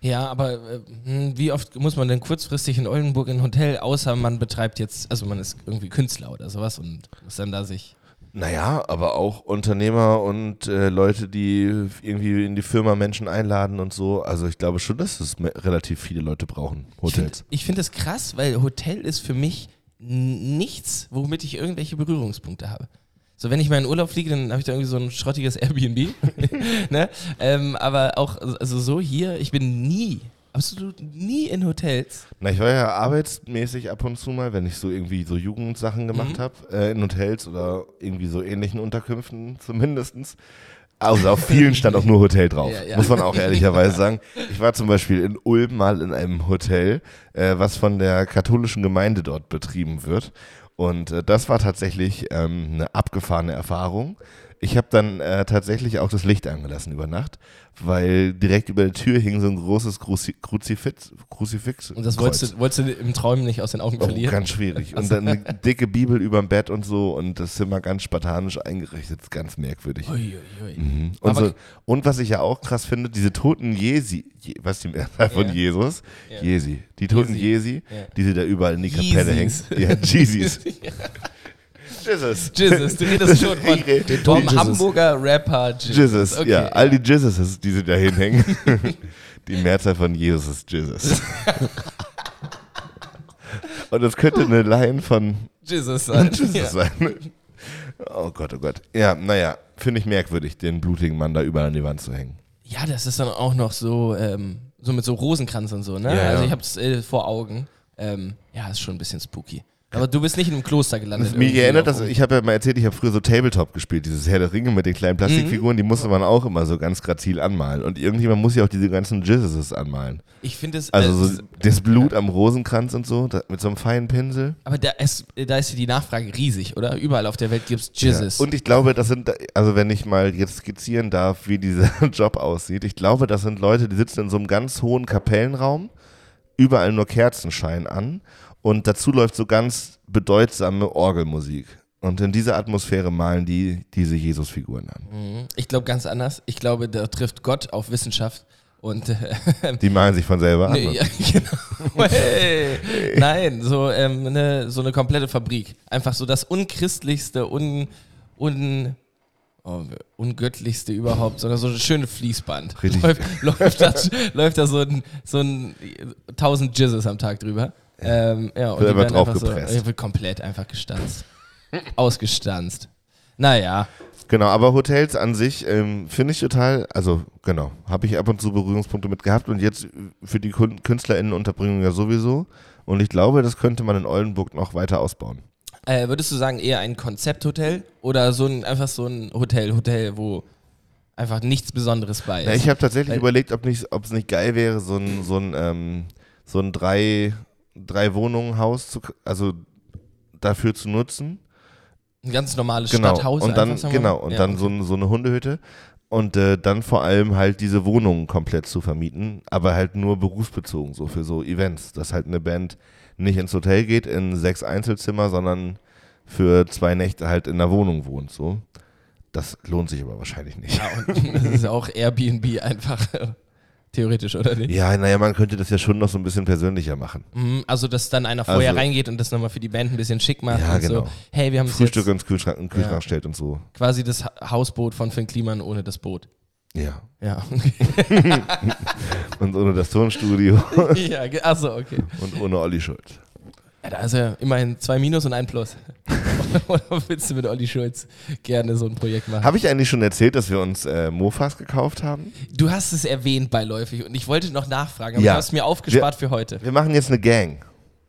A: Ja, aber äh, hm, wie oft muss man denn kurzfristig in Oldenburg in ein Hotel, außer man betreibt jetzt, also man ist irgendwie Künstler oder sowas und muss dann da sich.
C: Naja, aber auch Unternehmer und äh, Leute, die irgendwie in die Firma Menschen einladen und so. Also ich glaube schon, dass es me- relativ viele Leute brauchen, Hotels.
A: Ich finde es krass, weil Hotel ist für mich n- nichts, womit ich irgendwelche Berührungspunkte habe. So, wenn ich mal in Urlaub fliege, dann habe ich da irgendwie so ein schrottiges Airbnb. ne? ähm, aber auch, also so hier, ich bin nie, absolut nie in Hotels.
C: Na, ich war ja arbeitsmäßig ab und zu mal, wenn ich so irgendwie so Jugendsachen
A: Mhm.
C: gemacht habe, äh, in Hotels oder irgendwie so ähnlichen Unterkünften zumindestens. Also auf vielen stand auch nur Hotel drauf,
A: Ja, ja.
C: muss man auch ehrlicherweise sagen. Ich war zum Beispiel in Ulm mal in einem Hotel, äh, was von der katholischen Gemeinde dort betrieben wird. Und äh, das war tatsächlich ähm, eine abgefahrene Erfahrung. Ich habe dann äh, tatsächlich auch das Licht angelassen über Nacht, weil direkt über der Tür hing so ein großes Kruzi Kruzifix. Kruzifix
A: Und das wolltest du, wolltest du im Traum nicht aus den Augen
C: Oh,
A: verlieren.
C: ganz schwierig. Und dann eine dicke Bibel überm Bett und so und das Zimmer ganz spartanisch eingerichtet, ganz merkwürdig.
A: Uiuiui.
C: Mhm. Und,
A: Aber-
C: so, und was ich ja auch krass finde, diese toten Jesi, Je, was die Mehrzahl von
A: Ja.
C: Jesus,
A: Ja.
C: Jesi, die toten Jesi,
A: Jesi. Ja.
C: die sie da überall in die Kapelle hängen.
A: Jesis.
C: Ja, Jesis. Jesus.
A: Jesus, du redest schon von
C: Ich rede-
A: vom
D: Jesus.
A: Hamburger Rapper Jesus.
C: Jesus,
A: Okay,
C: ja, all die Jesuses, die sie da hinhängen. die Mehrzahl von Jesus ist Jesus. Und das könnte eine Line von
A: Jesus
C: Ein
A: sein.
C: Jesus
A: Ja.
C: sein. Oh Gott, oh Gott. Ja, naja, finde ich merkwürdig, den blutigen Mann da überall an die Wand zu hängen.
A: ja, das ist dann auch noch so, ähm, so mit so Rosenkranz und so, ne?
C: Ja, ja.
A: also ich hab's äh, vor Augen. Ähm, ja, ist schon ein bisschen spooky. Aber du bist nicht in einem Kloster gelandet.
C: Das mich
A: irgendwie um
C: erinnert,
A: auf-
C: dass ich habe ja mal erzählt, ich habe früher so Tabletop gespielt, dieses Herr der Ringe mit den kleinen Plastikfiguren, die musste man auch immer so ganz grazil anmalen. Und irgendjemand muss ja auch diese ganzen Jizzes anmalen.
A: Ich finde es.
C: Also
A: äh,
C: so das Blut am Rosenkranz und so, da, mit so einem feinen Pinsel.
A: aber da ist, da ist ja die Nachfrage riesig, oder? Überall auf der Welt gibt's Jesus.
C: Und ich glaube, das sind, also wenn ich mal jetzt skizzieren darf, wie dieser Job aussieht, ich glaube, das sind Leute, die sitzen in so einem ganz hohen Kapellenraum, überall nur Kerzenschein an und dazu läuft so ganz bedeutsame Orgelmusik. Und in dieser Atmosphäre malen die diese Jesusfiguren an.
A: ich glaube ganz anders. Ich glaube, da trifft Gott auf Wissenschaft und äh,
C: Die malen sich von selber an.
A: Nee, ja, genau. Hey. Nein, so, ähm, ne, so eine komplette Fabrik. Einfach so das unchristlichste, un, un, oh, ungöttlichste überhaupt, sondern so eine schöne Fließband.
C: Richtig.
A: Läuft, läuft, da, läuft da so ein, so ein 1000 Jizzes am Tag drüber. Ähm, ja, und
C: Wird
A: die
C: einfach
A: werden einfach so,
C: draufgepresst.
A: äh, wird komplett einfach gestanzt. Ausgestanzt. Naja,
C: Genau, aber Hotels an sich ähm, finde ich total, also genau, habe ich ab und zu Berührungspunkte mit gehabt und jetzt äh, für die Kun- KünstlerInnenunterbringung ja sowieso. Und ich glaube, das könnte man in Oldenburg noch weiter ausbauen.
A: äh, würdest du sagen, eher ein Konzepthotel oder so ein, einfach so ein Hotel, Hotel, wo einfach nichts Besonderes bei ist?
C: Ja, ich habe tatsächlich
A: Weil-
C: überlegt, ob nicht, ob es nicht geil wäre, so ein, so ein, ähm, so ein drei, drei Wohnungen Haus zu, k- also dafür zu nutzen.
A: Ein ganz normales
C: Genau.
A: Stadthaus.
C: und dann
A: einfach, sagen wir mal.
C: genau und
A: Ja,
C: dann
A: okay.
C: so, ein, so eine Hundehütte und äh, dann vor allem halt diese Wohnungen komplett zu vermieten, aber halt nur berufsbezogen so für so Events, dass halt eine Band nicht ins Hotel geht in sechs Einzelzimmer, sondern für zwei Nächte halt in der Wohnung wohnt so. Das lohnt sich aber wahrscheinlich nicht.
A: Ja, und das ist ja auch Airbnb einfach. Theoretisch, oder nicht?
C: Ja, naja, man könnte das ja schon noch so ein bisschen persönlicher machen.
A: Mhm, Also, dass dann einer vorher
C: Also-
A: reingeht und das nochmal für die Band ein bisschen schick macht.
C: Ja,
A: und
C: genau.
A: so, hey, wir haben uns
C: Frühstück
A: jetzt
C: ins Kühlschrank, in den Kühlschrank
A: Ja.
C: stellt und so.
A: quasi das Ha- Hausboot von Finn Kliman ohne das Boot.
C: Ja.
A: Ja, okay.
C: Und ohne das Tonstudio
A: ja, ge- ach so, okay.
C: und ohne Olli Schulz.
A: Ja, da ist ja immerhin zwei Minus und ein Plus. Oder willst du mit Olli Schulz gerne so ein Projekt machen?
C: Habe ich eigentlich schon erzählt, dass wir uns äh, Mofas gekauft haben?
A: Du hast es erwähnt beiläufig und ich wollte noch nachfragen, aber
C: Ja.
A: du hast mir aufgespart für heute.
C: Wir machen jetzt eine Gang.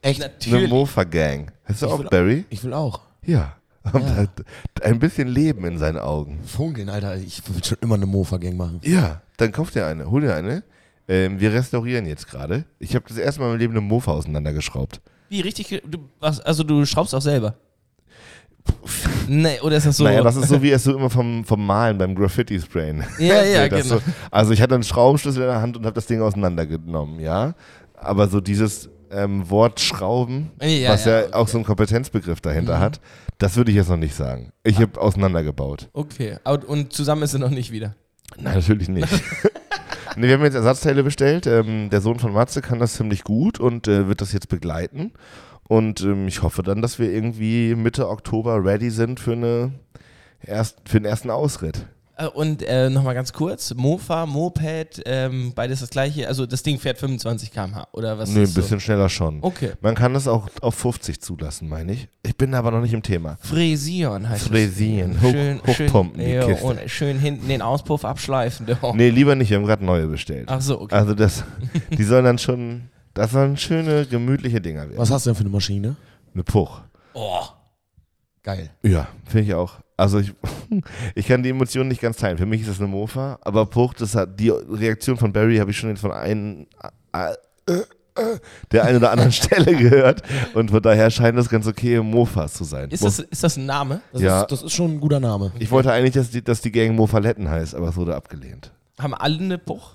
A: Echt?
C: Eine
A: Natürlich.
C: Mofa-Gang. Hast du
D: Ich
C: auch
D: will-
C: Barry?
D: Ich will auch.
C: Ja. Und hat Ein bisschen Leben in seinen Augen.
D: Funkeln, Alter. Ich will schon immer eine Mofa-Gang machen.
C: Ja, dann kauf dir eine, hol dir eine. Ähm, wir restaurieren jetzt gerade. Ich habe das erste Mal in meinem Leben eine Mofa auseinandergeschraubt.
A: Wie richtig? ge- Du, was, also du schraubst auch selber. Nee, oder ist das so?
C: Naja, das ist so, wie es so immer vom, vom Malen beim Graffiti-Sprayen.
A: Ja, ja,
C: Das
A: genau.
C: So, also ich hatte einen Schraubenschlüssel in der Hand und habe das Ding auseinandergenommen, ja. Aber so dieses ähm, Wort Schrauben,
A: Ja,
C: was ja,
A: ja, Mhm.
C: auch so einen Kompetenzbegriff dahinter hat, das würde ich jetzt noch nicht sagen. Ich habe auseinandergebaut.
A: okay, Au- und zusammen ist er noch nicht wieder.
C: Nein, natürlich nicht. nee, wir haben jetzt Ersatzteile bestellt. Ähm, der Sohn von Matze kann das ziemlich gut und äh, wird das jetzt begleiten. Und ähm, ich hoffe dann, dass wir irgendwie Mitte Oktober ready sind für, eine erst, für den ersten Ausritt.
A: Äh, Und äh, nochmal ganz kurz, Mofa, Moped, ähm, beides das gleiche. Also das Ding fährt 25 km/h oder was?
C: Nö, ein
A: ist so?
C: bisschen schneller schon.
A: Okay.
C: Man kann das auch auf 50 zulassen, meine ich. Ich bin aber noch nicht im Thema.
A: Fräsieren heißt
C: Fräsieren.
A: es.
C: Hoch-
A: schön,
C: hochpumpen,
A: schön,
C: die
A: ja,
C: Kiste.
A: Und schön hinten den Auspuff abschleifen. du.
C: Nee, lieber nicht, wir haben gerade neue bestellt.
A: Oh. Ach so, okay.
C: Also das, die sollen dann schon, das sollen schöne, gemütliche Dinger werden.
D: Was hast du denn für eine Maschine?
C: Eine Puch.
A: Oh.
D: Geil.
C: Ja, finde ich auch. Also ich, ich kann die Emotionen nicht ganz teilen. Für mich ist das eine Mofa, aber Puch, das hat die Reaktion von Barry habe ich schon jetzt von einem äh, äh, äh, der einen oder anderen Stelle gehört und von daher scheint das ganz okay Mofas zu sein.
A: Ist
C: Mo-
A: das, ist das ein Name?
D: Das,
C: Ja.
D: ist, das ist schon ein guter Name.
C: ich wollte eigentlich, dass die, dass die Gang Mofaletten heißt, aber es wurde abgelehnt.
A: Haben alle eine Buch?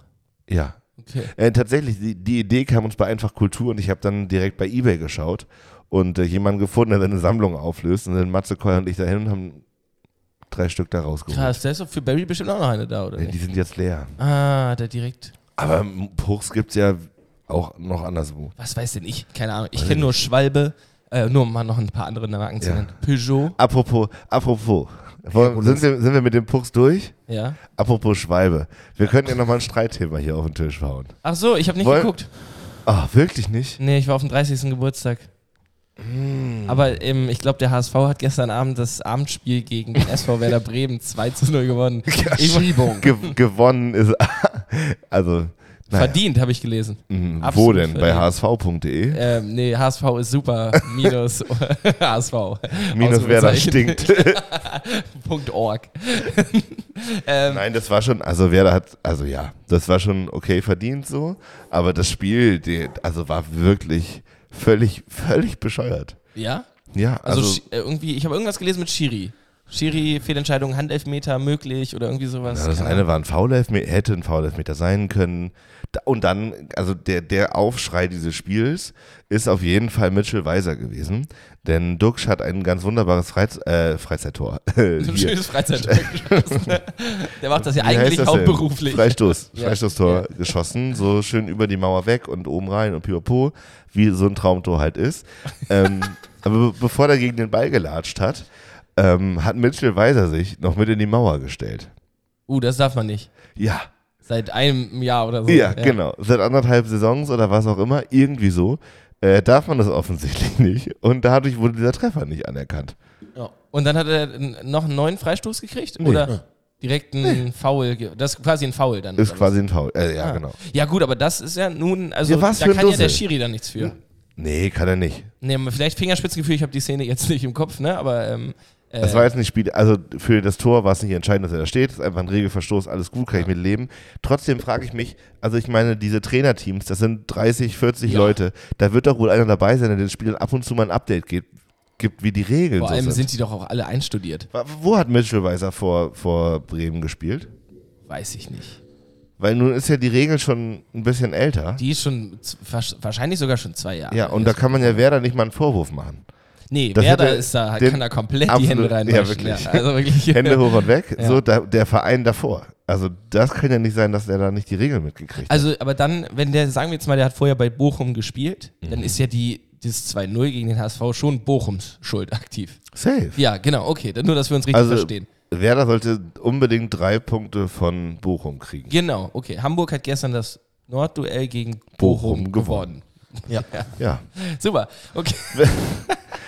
C: Ja.
A: Okay.
C: Äh, tatsächlich, die, die Idee kam uns bei Einfach Kultur und ich habe dann direkt bei Ebay geschaut und äh, jemanden gefunden, der seine Sammlung auflöst und dann Matze Keuer und ich dahin und haben drei Stück da rausgeholt.
A: Krass, da ist doch für Barry bestimmt auch noch eine da, oder
C: Äh, Die
A: nicht?
C: sind jetzt leer.
A: Ah, da direkt.
C: Aber Puchs gibt es ja auch noch anderswo.
A: Was weiß denn ich? Keine Ahnung. Ich kenne nur Schwalbe, äh, nur um mal noch ein paar andere Marken zu
C: Ja.
A: nennen. Peugeot,
C: Apropos, apropos. Wollen- sind, wir, sind wir mit dem Puchs durch?
A: ja.
C: Apropos Schwalbe. Wir könnten ja nochmal ein Streitthema hier auf den Tisch hauen.
A: Ach so, ich habe nicht
C: Wollen-
A: geguckt.
C: Ach, wirklich nicht?
A: Nee, ich war auf dem 30. Geburtstag. Aber ähm, ich glaube, der HSV hat gestern Abend das Abendspiel gegen den SV Werder Bremen 2 zu 0 gewonnen. Ich-
D: Schiebung.
C: Ge gewonnen ist. Also, naja.
A: Verdient, habe ich gelesen.
C: Mhm, Wo
A: absolut
C: denn? Bei hsv.de?
A: Ähm, nee, HSV ist super. Minus HSV.
C: Minus Werder
A: Ausrufezeichen.
C: stinkt.
A: Punkt org. ähm,
C: Nein, das war schon, also Werder hat, also ja, das war schon okay verdient so, aber das Spiel, die, also war wirklich völlig, völlig bescheuert.
A: ja?
C: Ja,
A: Also,
C: also,
A: Schi- äh, irgendwie, ich habe irgendwas gelesen mit Schiri. Schiri, Fehlentscheidung, Handelfmeter möglich oder irgendwie sowas.
C: ja, das
A: Keine
C: eine war ein Foul-Elfmeter, hätte ein Foul-Elfmeter sein können. Da- Und dann, also der, der Aufschrei dieses Spiels ist auf jeden Fall Mitchell Weiser gewesen, denn Duxch hat ein ganz wunderbares Freiz äh, Freizeittor. Äh,
A: Ahnung. Ein
C: hier.
A: schönes Freizeitspiel geschossen. Der macht das ja
C: Wie heißt
A: eigentlich
C: das denn?
A: hauptberuflich.
C: Freistoß,
A: Ja.
C: Freistoßtor geschossen, so schön über die Mauer weg und oben rein und pipapo, wie so ein Traumtor halt ist. Ähm, aber be bevor der gegen den Ball gelatscht hat, ähm, hat Mitchell Weiser sich noch mit in die Mauer gestellt.
A: Uh, das darf man nicht.
C: Ja,
A: Seit einem Jahr oder so.
C: ja, genau. Seit anderthalb Saisons oder was auch immer, irgendwie so, äh, darf man das offensichtlich nicht. Und dadurch wurde dieser Treffer nicht anerkannt.
A: Ja. Und dann hat er n- noch einen neuen Freistoß gekriegt? Oder direkt einen Foul? ge- Das ist quasi ein Foul dann.
C: Ist
A: oder
C: quasi ein Foul. Äh, ja,
A: was?
C: genau.
A: Ja, gut, aber das ist ja nun. Also,
C: Ja, was
A: da
C: für ein
A: kann ja der
C: Dussel.
A: Schiri dann nichts für.
C: Nee, kann er nicht.
A: Nee, aber vielleicht Fingerspitzengefühl, ich habe die Szene jetzt nicht im Kopf, ne? Aber ähm, äh,
C: Das war jetzt nicht Spiel, also für das Tor war es nicht entscheidend, dass er da steht. Das ist einfach ein Regelverstoß, alles gut, kann ich mit leben. Trotzdem frage ich mich, also ich meine, diese Trainerteams, das sind 30, 40
A: Ja.
C: Leute, da wird doch wohl einer dabei sein, der den Spielern ab und zu mal ein Update gibt, gibt wie die Regeln
A: vor allem
C: so sind.
A: sind die doch auch alle einstudiert.
C: Wa- Wo hat Mitchell Weiser vor, vor Bremen gespielt?
A: Weiß ich nicht.
C: Weil nun ist ja die Regel schon ein bisschen älter.
A: Die ist schon z- wahrsch- wahrscheinlich sogar schon zwei Jahre.
C: ja, und da kann man ja Werder nicht mal einen Vorwurf machen.
A: Nee,
C: Das
A: Werder
C: hätte
A: ist da,
C: den-
A: kann da komplett die Hände
C: absolut- ja,
A: reinwaschen.
C: wirklich.
A: also wirklich.
C: Hände hoch und weg.
A: Ja.
C: So, da, der Verein davor. Also das kann ja nicht sein, dass er da nicht die Regeln mitgekriegt hat.
A: Also, aber dann, wenn der, sagen wir jetzt mal, der hat vorher bei Bochum gespielt,
C: Mhm.
A: dann ist ja die, das 2-0 gegen den HSV schon Bochums Schuld aktiv.
C: Safe.
A: Ja, genau, okay. Dann nur, dass wir uns richtig
C: Also
A: verstehen.
C: Werder sollte unbedingt drei Punkte von Bochum kriegen.
A: Genau, okay. Hamburg hat gestern das Nordduell gegen Bochum,
C: Bochum
A: gewonnen.
C: gewonnen.
D: Ja.
C: Ja.
A: Super, okay.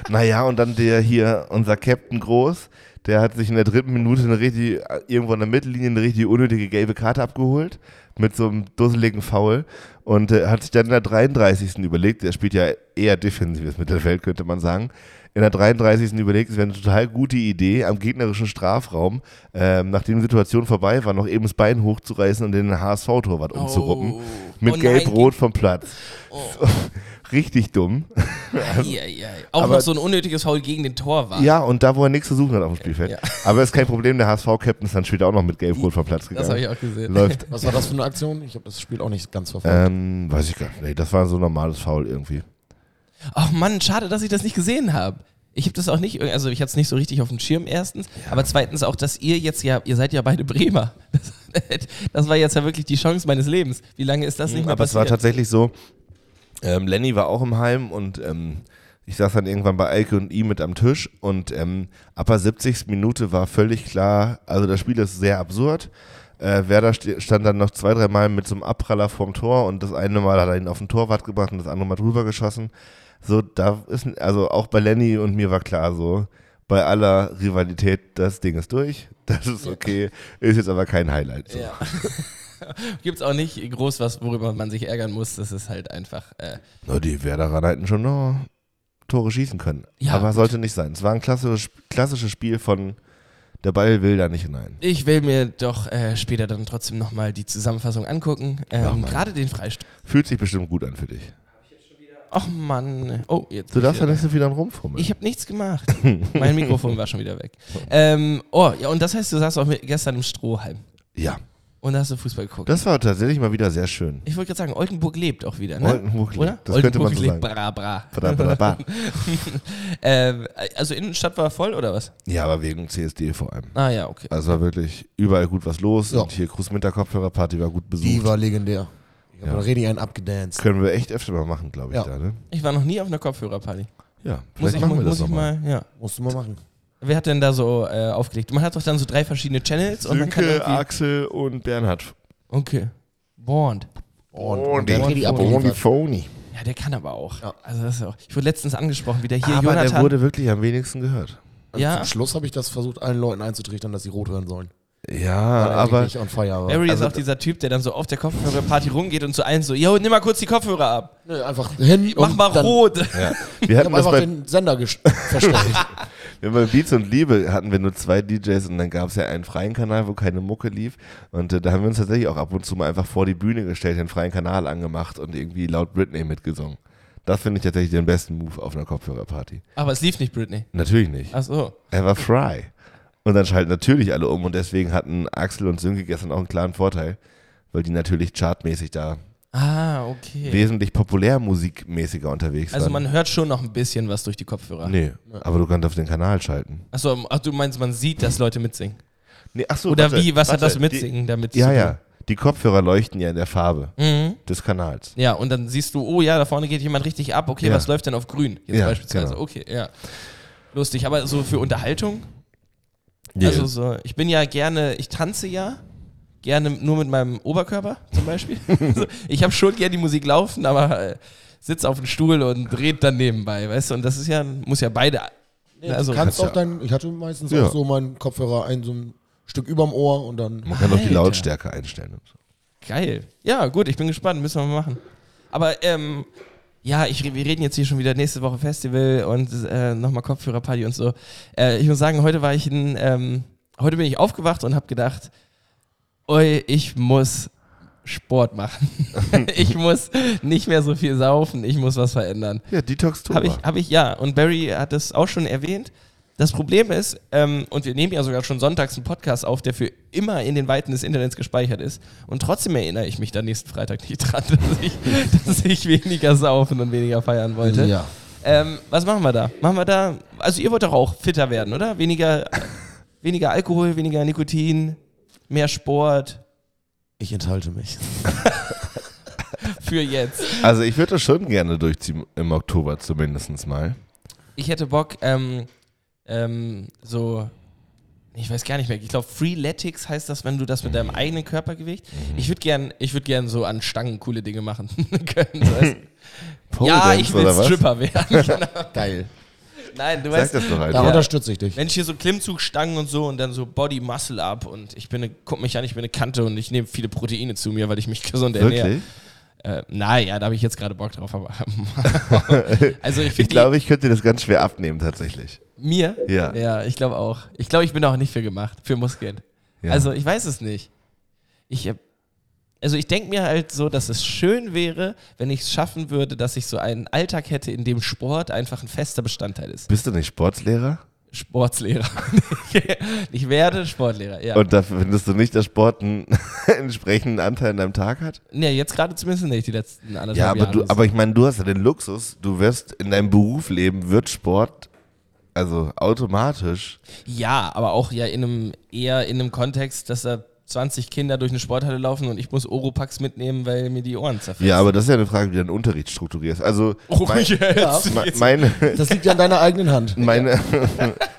C: Naja, und dann der hier, unser Captain Groß, der hat sich in der dritten Minute eine richtig, irgendwo in der Mittellinie eine richtig unnötige gelbe Karte abgeholt mit so einem dusseligen Foul und äh, hat sich dann in der 33. überlegt, der spielt ja eher defensives Mittelfeld, könnte man sagen, in der 33. überlegt, es wäre eine total gute Idee, am gegnerischen Strafraum, ähm, nachdem die Situation vorbei war, noch eben das Bein hochzureißen und den HSV-Torwart umzuruppen.
A: Oh.
C: Um Mit
A: Oh nein, oh.
C: Gelb-Rot vom Platz. Richtig dumm.
A: Ja, ja. Auch
C: Aber-
A: noch so ein unnötiges Foul gegen den Torwart.
C: Ja, und da, wo er nichts zu suchen hat auf dem Spielfeld.
A: Ah. Ja.
C: Aber ist kein Problem, der HSV-Captain ist dann später auch noch mit Gelb-Rot vom Platz gegangen.
A: Das habe ich auch gesehen.
C: Läuft.
D: Was war das für eine Aktion? Ich habe das Spiel auch nicht ganz verfolgt.
C: ähm, weiß ich gar nicht. Nee, das war so ein normales Foul irgendwie.
A: Ach Mann, schade, dass ich das nicht gesehen habe. Ich habe das auch nicht, also ich hatte es nicht so richtig auf dem Schirm erstens, aber zweitens auch, dass ihr jetzt ja, ihr seid ja beide Bremer. Das, das war jetzt ja wirklich die Chance meines Lebens. Wie lange ist das nicht mehr
C: Mhm, Aber es war
A: passiert?
C: tatsächlich so, ähm, Lenny war auch im Heim und ähm, ich saß dann irgendwann bei Eike und ihm mit am Tisch und ähm, ab der 70. Minute war völlig klar, also das Spiel ist sehr absurd. Äh, Werder ste- stand dann noch zwei, drei Mal mit so einem Abpraller vorm Tor und das eine Mal hat er ihn auf den Torwart gebracht und das andere Mal drüber geschossen. So, da ist, also auch bei Lenny und mir war klar so, bei aller Rivalität, das Ding ist durch, das ist okay, ist jetzt aber kein Highlight. So.
A: ja. Gibt es auch nicht groß was, worüber man sich ärgern muss. Das ist halt einfach. Äh,
C: Na, die Werderaner hätten schon noch Tore schießen können.
A: Ja,
C: Aber
A: gut.
C: sollte nicht sein. Es war ein klassisches, klassisches Spiel von der Ball will da nicht hinein.
A: ich will mir doch äh, später dann trotzdem nochmal die Zusammenfassung angucken. Ähm,
C: Mann.
A: Gerade den Freistoß.
C: Fühlt sich bestimmt gut an für dich.
A: Ach Mann. Oh, jetzt.
C: Du darfst ja nicht so viel dann rumfummeln.
A: Ich habe nichts gemacht. mein Mikrofon war schon wieder weg. Ähm, oh, ja, und das heißt, du saßt auch mit, gestern im Strohhalm
C: ja,
A: und hast du Fußball geguckt.
C: das war tatsächlich mal wieder sehr schön.
A: ich wollte gerade sagen, Oldenburg lebt auch wieder, ne?
C: Oldenburg lebt.
A: Oder?
C: Das könnte man
A: Oldenburg
C: so
A: lebt,
C: sagen.
A: bra, bra.
C: Bra, bra, bra.
A: Ähm, also Innenstadt war voll oder was?
C: Ja, aber wegen CSD vor allem.
A: Ah ja, okay.
C: Also war wirklich überall gut was los.
D: Ja.
C: Und hier Cruz Minter Kopfhörerparty war gut besucht.
D: Die war legendär. Ich habe
C: Äh, Ja.
D: da richtig einen abgedanced.
C: Können wir echt öfter mal machen, glaube ich.
D: Ja.
C: Da, ne?
A: Ich war noch nie auf einer Kopfhörerparty.
C: ja
A: Muss
C: vielleicht
A: ich,
C: machen wir
A: muss
C: das
A: ich
C: nochmal.
A: mal, ja.
D: Musst du mal machen.
A: Wer hat denn da so äh, aufgelegt? Man hat doch dann so drei verschiedene Channels und dann kann
C: Sönke,
A: irgendwie...
C: Axel und Bernhard.
A: Okay. Bond.
D: Und,
C: die-
D: der hat richtig abgeliefert.
C: Phony.
A: Ja, der kann aber auch.
D: Ja.
A: Also das ist auch. Ich wurde letztens angesprochen, wieder hier
C: Aber
A: Jonathan.
C: der wurde wirklich am wenigsten gehört.
A: ja,
D: Zum Schluss habe ich das versucht, allen Leuten einzutrichtern, dass sie rot hören sollen.
C: Ja,
D: Weil
C: aber
D: ich on fire war.
A: Barry
C: Also
A: ist auch dieser Typ, der dann so auf der Kopfhörerparty rumgeht und zu allen so, yo, nimm mal kurz die Kopfhörer ab.
D: Nö, einfach hin
A: Mach
D: und
A: mal
D: dann,
A: rot.
C: ja. wir
D: Ich habe
C: hatten das
A: also
D: einfach
C: bei,
D: den Sender gest- verständigt.
C: wir bei Beats und Liebe hatten wir nur zwei DJs und dann gab es ja einen freien Kanal, wo keine Mucke lief und äh, da haben wir uns tatsächlich auch ab und zu mal einfach vor die Bühne gestellt, den freien Kanal angemacht und irgendwie laut Britney mitgesungen. Das finde ich tatsächlich den besten Move auf einer Kopfhörerparty.
A: Aber es lief nicht, Britney.
C: Natürlich nicht.
A: Ach so.
C: Er war fry. Und dann schalten natürlich alle um und deswegen hatten Axel und Sönke gestern auch einen klaren Vorteil, weil die natürlich chartmäßig da
A: Ah, okay.
C: wesentlich populärmusikmäßiger unterwegs
A: Also
C: waren.
A: man hört schon noch ein bisschen was durch die Kopfhörer. Nee.
C: Nee, aber du kannst auf den Kanal schalten.
A: Achso, ach, du meinst, man sieht, dass Leute mitsingen.
C: Nee, ach so,
A: Oder
C: Oh, warte,
A: wie, was
C: warte,
A: hat das mit
C: die-
A: Singen damit
C: Ja,
A: zu
C: ja. Die Kopfhörer leuchten ja in der Farbe
A: tun? Mhm.
C: des Kanals.
A: Ja, und dann siehst du, oh ja, da vorne geht jemand richtig ab. Okay,
C: Ja.
A: was läuft denn auf grün? Jetzt
C: Ja,
A: beispielsweise.
C: genau.
A: Okay, ja. Lustig, aber so für Unterhaltung? Also so, ich bin ja gerne, ich tanze ja gerne nur mit meinem Oberkörper zum Beispiel. also, ich habe schon gerne die Musik laufen, aber äh, sitz auf dem Stuhl und dreht dann nebenbei, weißt du? Und das ist ja, muss ja beide. also
D: du kannst
C: Hat's
D: auch
C: ja.
D: dein, ich hatte meistens
C: Ja.
D: auch so meinen Kopfhörer ein, so ein Stück überm Ohr und dann.
C: Man kann doch die
A: Alter.
C: Lautstärke einstellen. und so.
A: geil. Ja, gut, ich bin gespannt, müssen wir mal machen. Aber ähm, ja, ich, re- wir reden jetzt hier schon wieder nächste Woche Festival und äh, nochmal Kopfhörerparty und so. Äh, ich muss sagen, heute war ich in, ähm, heute bin ich aufgewacht und habe gedacht, oi, ich muss Sport machen. ich muss nicht mehr so viel saufen, ich muss was verändern.
C: Ja, Detox Tour.
A: Habe ich, hab ich, ja. Und Barry hat es auch schon erwähnt. Das Problem ist, ähm, und wir nehmen ja sogar schon sonntags einen Podcast auf, der für immer in den Weiten des Internets gespeichert ist. Und trotzdem erinnere ich mich dann nächsten Freitag nicht dran, dass ich, dass ich weniger saufen und weniger feiern wollte.
D: Ja.
A: Ähm, was machen wir da? Machen wir da. Also, ihr wollt doch auch fitter werden, oder? Weniger, weniger Alkohol, weniger Nikotin, mehr Sport
D: Ich enthalte mich.
A: für jetzt.
C: Also ich würde das schon gerne durchziehen, im Oktober zumindest mal.
A: Ich hätte Bock, ähm, ähm, so. Ich weiß gar nicht mehr. Ich glaube, Freeletics heißt das, wenn du das mit deinem
C: Mhm.
A: eigenen Körpergewicht. Ich würde gern, ich würd gern so an Stangen coole Dinge machen können. so weißt du.
C: Pole
A: ja,
C: Dance
A: ich will
C: oder was?
A: Stripper werden. genau.
C: Geil.
A: Nein, du
C: Sag
A: weißt,
C: das doch
D: Da
C: einfach.
D: unterstütze ich dich.
A: Mensch, hier so Klimmzugstangen und so und dann so Body Muscle Up und ich bin eine, guck mich an, ich bin eine Kante und ich nehme viele Proteine zu mir, weil ich mich gesund ernähre.
C: Wirklich?
A: Äh, naja, da habe ich jetzt gerade Bock drauf, aber also ich
C: Ich
A: finde
C: glaube, ich könnte das ganz schwer abnehmen tatsächlich.
A: mir,
C: Ja.
A: ja, ich glaube auch. Ich glaube, ich bin auch nicht für gemacht, für Muskeln.
C: Ja.
A: Also ich weiß es nicht. Ich, äh, also ich denke mir halt so, dass es schön wäre, wenn ich es schaffen würde, dass ich so einen Alltag hätte, in dem Sport einfach ein fester Bestandteil ist.
C: Bist du nicht Sportslehrer?
A: Sportslehrer. ich werde Sportlehrer, ja.
C: Und da findest du nicht, dass Sport einen entsprechenden Anteil in deinem Tag hat?
A: Nee, jetzt gerade zumindest nicht, die letzten anderthalb
C: Ja, aber,
A: Jahre.
C: du, aber ich meine, du hast ja den Luxus, du wirst in deinem Beruf leben, wird Sport also automatisch.
A: ja, aber auch ja in einem, eher in einem Kontext, dass da 20 Kinder durch eine Sporthalle laufen und ich muss Oropax mitnehmen, weil mir die Ohren zerfetzen.
C: Ja, aber das ist ja eine Frage, wie du deinen Unterricht strukturierst. Also
A: Oh,
C: mein,
A: jetzt,
C: me-
A: jetzt.
C: meine,
D: Das liegt ja an deiner eigenen Hand.
C: meine,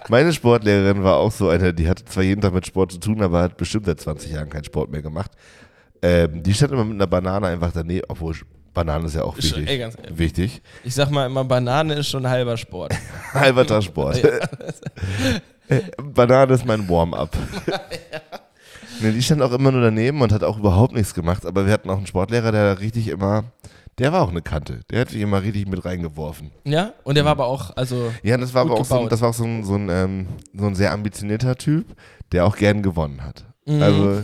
C: meine Sportlehrerin war auch so eine, die hatte zwar jeden Tag mit Sport zu tun, aber hat bestimmt seit 20 Jahren keinen Sport mehr gemacht. Ähm, die stand immer mit einer Banane einfach daneben, obwohl Banane ist ja auch
A: Ist schon-
C: wichtig.
A: ey, ganz-
C: wichtig.
A: Ich sag mal immer, Banane ist schon halber Sport.
C: Halber Tag Sport. Banane ist mein Warm-up. nee, die stand auch immer nur daneben und hat auch überhaupt nichts gemacht. Aber wir hatten auch einen Sportlehrer, der richtig immer, der war auch eine Kante. Der hat sich immer richtig mit reingeworfen.
A: ja? Und der war aber auch, also,
C: Ja, das war
A: Gut
C: aber auch, so, ein-
A: gebaut.
C: das war auch so, ein, so, ein, ähm, so ein sehr ambitionierter Typ, der auch gern gewonnen hat.
A: Mhm.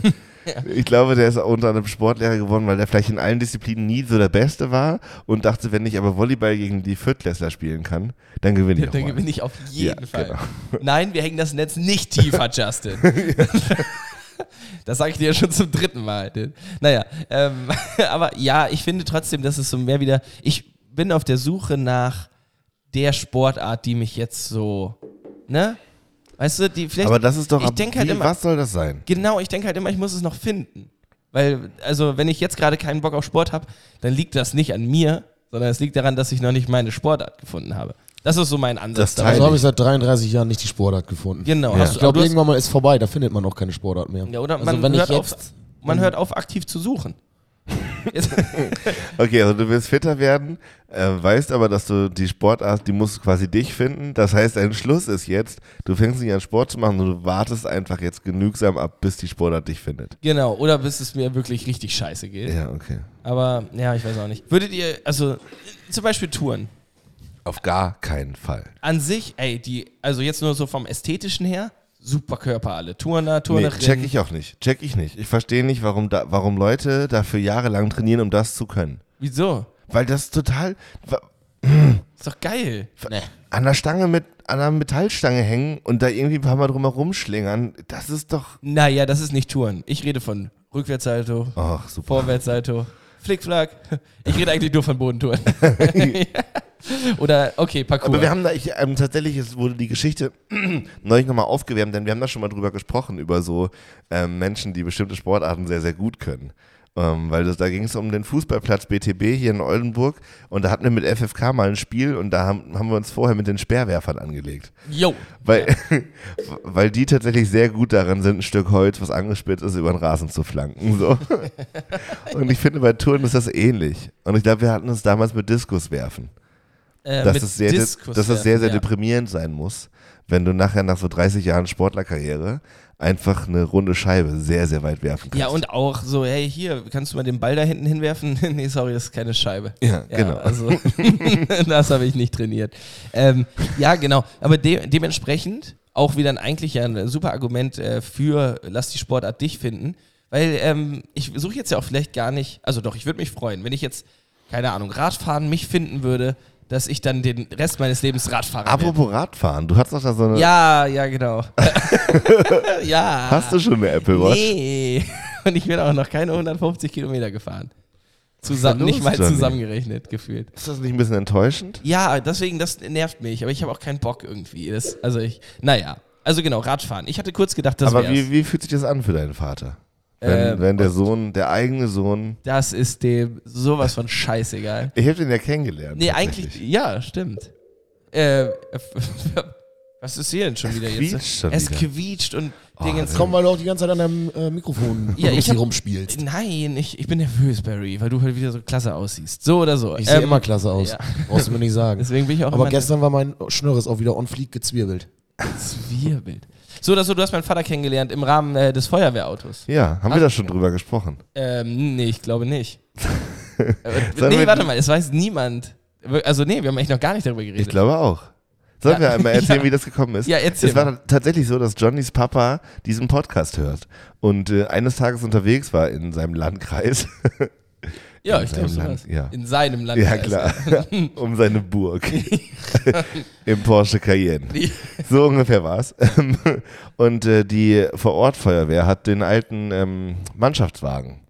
C: Also ich glaube, der ist auch unter einem Sportlehrer gewonnen, weil der vielleicht in allen Disziplinen nie so der Beste war und dachte, wenn ich aber Volleyball gegen die Viertklässler spielen kann, dann gewinne ich auch
A: dann
C: mal.
A: gewinne ich auf jeden
C: Ja,
A: Fall.
C: genau.
A: Nein, wir hängen das Netz nicht tiefer, Justin. Das sage ich dir ja schon zum dritten Mal. Naja, ähm, aber ja, ich finde trotzdem, dass es so mehr wieder. Ich bin auf der Suche nach der Sportart, die mich jetzt so. Ne? Weißt du, die vielleicht.
C: Aber das ist doch,
A: Ich
C: ab-
A: denk halt
C: wie,
A: immer-
C: was soll das sein?
A: Genau, ich denke halt immer, ich muss es noch finden. Weil, also, wenn ich jetzt gerade keinen Bock auf Sport habe, dann liegt das nicht an mir, sondern es liegt daran, dass ich noch nicht meine Sportart gefunden habe. Das ist so mein Ansatz.
C: Das
A: dabei.
D: Also habe ich seit 33 Jahren nicht die Sportart gefunden.
A: Genau.
C: Ja.
A: Hast du,
D: Ich glaube,
A: aber du hast,
D: irgendwann mal ist vorbei, da findet man auch keine Sportart mehr.
A: ja, oder
D: also
A: man,
D: wenn ich
A: hört auf,
D: jetzt,
A: man hört auf, aktiv zu suchen. Jetzt,
C: Okay, also du willst fitter werden, äh, weißt aber, dass du die Sportart, die musst du quasi dich finden. Das heißt, ein Schluss ist jetzt, du fängst nicht an Sport zu machen, sondern du wartest einfach jetzt genügsam ab, bis die Sportart dich findet.
A: genau, oder bis es mir wirklich richtig scheiße geht.
C: Ja, okay.
A: Aber ja, ich weiß auch nicht. Würdet ihr, also äh, zum Beispiel Touren
C: Auf gar keinen Fall.
A: an sich, ey, die, also jetzt nur so vom ästhetischen her, super Körper alle. Turner,
C: Nee,
A: Turnerin.
C: check ich auch nicht. Check ich nicht. Ich verstehe nicht, warum, da, warum Leute dafür jahrelang trainieren, um das zu können.
A: Wieso?
C: Weil das total wa-
A: Ist doch geil.
C: an der Stange mit an einer Metallstange hängen und da irgendwie ein paar Mal drüber rumschlingern, das ist doch.
A: Naja, das ist nicht Touren. Ich rede von Rückwärtssalto,
C: Ach, super.
A: Vorwärtssalto, Flickflack. Ich rede eigentlich nur von Bodentouren. oder, okay, Parcours.
C: Aber wir haben da, ich, ähm, tatsächlich es wurde die Geschichte neulich nochmal aufgewärmt, denn wir haben da schon mal drüber gesprochen, über so ähm, Menschen, die bestimmte Sportarten sehr, sehr gut können. Ähm, weil das, da ging es um den Fußballplatz BTB hier in Oldenburg und da hatten wir mit FFK mal ein Spiel und da haben, haben wir uns vorher mit den Speerwerfern angelegt.
A: Jo.
C: Weil, weil die tatsächlich sehr gut darin sind, ein Stück Holz, was angespitzt ist, über den Rasen zu flanken. So. Und ich finde, bei Touren ist das ähnlich. Und ich glaube, wir hatten uns damals mit Diskus werfen
A: Äh,
C: dass
A: mit
C: das sehr,
A: Diskus
C: dass das sehr,
A: werfen,
C: sehr
A: ja.
C: deprimierend sein muss, wenn du nachher nach so 30 Jahren Sportlerkarriere einfach eine runde Scheibe sehr, sehr weit werfen kannst.
A: Ja, und auch so, hey, hier, kannst du mal den Ball da hinten hinwerfen? nee, sorry, das ist keine Scheibe.
C: Ja, genau.
A: Also, das habe ich nicht trainiert. Ähm, ja, genau. Aber de dementsprechend auch wieder ein eigentlich ja ein super Argument äh, für lass die Sportart dich finden. Weil ähm, ich suche jetzt ja auch vielleicht gar nicht, also doch, ich würde mich freuen, wenn ich jetzt, keine Ahnung, Radfahren mich finden würde, dass ich dann den Rest meines Lebens Radfahrer wäre.
C: Apropos Radfahren, du hast doch da so eine.
A: Ja, ja, genau. ja.
C: Hast du schon eine Apple Watch?
A: Nee. Und ich bin auch noch keine 150 Kilometer gefahren. Zusammen,
C: denn
A: nicht
C: los,
A: mal
C: Johnny?
A: zusammengerechnet gefühlt.
C: Ist das nicht ein bisschen enttäuschend?
A: Ja, deswegen, das nervt mich, aber ich habe auch keinen Bock irgendwie. Das, also ich, naja. Also genau, Radfahren. Ich hatte kurz gedacht, das
C: Aber
A: wär's.
C: wie, wie fühlt sich das an für deinen Vater? Wenn,
A: Ähm,
C: wenn der Sohn, der eigene Sohn.
A: das ist dem sowas von scheißegal.
C: Ich habe den ja kennengelernt.
A: Nee,
C: tatsächlich.
A: eigentlich, ja, stimmt. Äh, was ist hier denn schon wieder jetzt?
C: quietscht schon
A: es
C: wieder. Oh,
A: quietscht und Dingens.
C: das-
D: Komm, weil du auch die ganze Zeit an deinem äh, Mikrofon
A: Ja, ich
D: hier
A: hab-
D: rumspielst.
A: Nein, ich, ich bin nervös, Barry, weil du halt wieder so klasse aussiehst. So oder so.
D: Ich sehe
A: Ähm,
D: immer klasse aus.
A: ja.
D: Brauchst du mir nicht sagen.
A: Deswegen bin ich auch
D: Aber
A: immer
D: gestern war mein Schnürres auch wieder on fleek gezwirbelt.
A: Zwirbelt. So oder so, du hast meinen Vater kennengelernt im Rahmen äh, des Feuerwehrautos.
C: Ja, haben wir da schon drüber gesprochen?
A: Ähm, nee, ich glaube nicht. äh,
C: Sollen
A: nee,
C: wir-
A: warte mal, es weiß niemand. Wir- Also nee, wir haben echt noch gar nicht darüber geredet.
C: Ich glaube auch. Sollen
A: Ja.
C: wir einmal erzählen,
A: Ja.
C: wie das gekommen ist?
A: Ja, erzähl
C: Es war tatsächlich so, dass Johnnys Papa diesen Podcast hört und äh, eines Tages unterwegs war in seinem Landkreis.
A: ja,
C: in
A: ich glaube
C: seinem Land,
A: sowas.
C: ja.
A: In seinem Land.
C: ja, klar. um seine Burg. Im Porsche Cayenne.
A: Die-
C: So ungefähr war's. Ähm, Und äh, die vor Ort Feuerwehr hat den alten ähm, Mannschaftswagen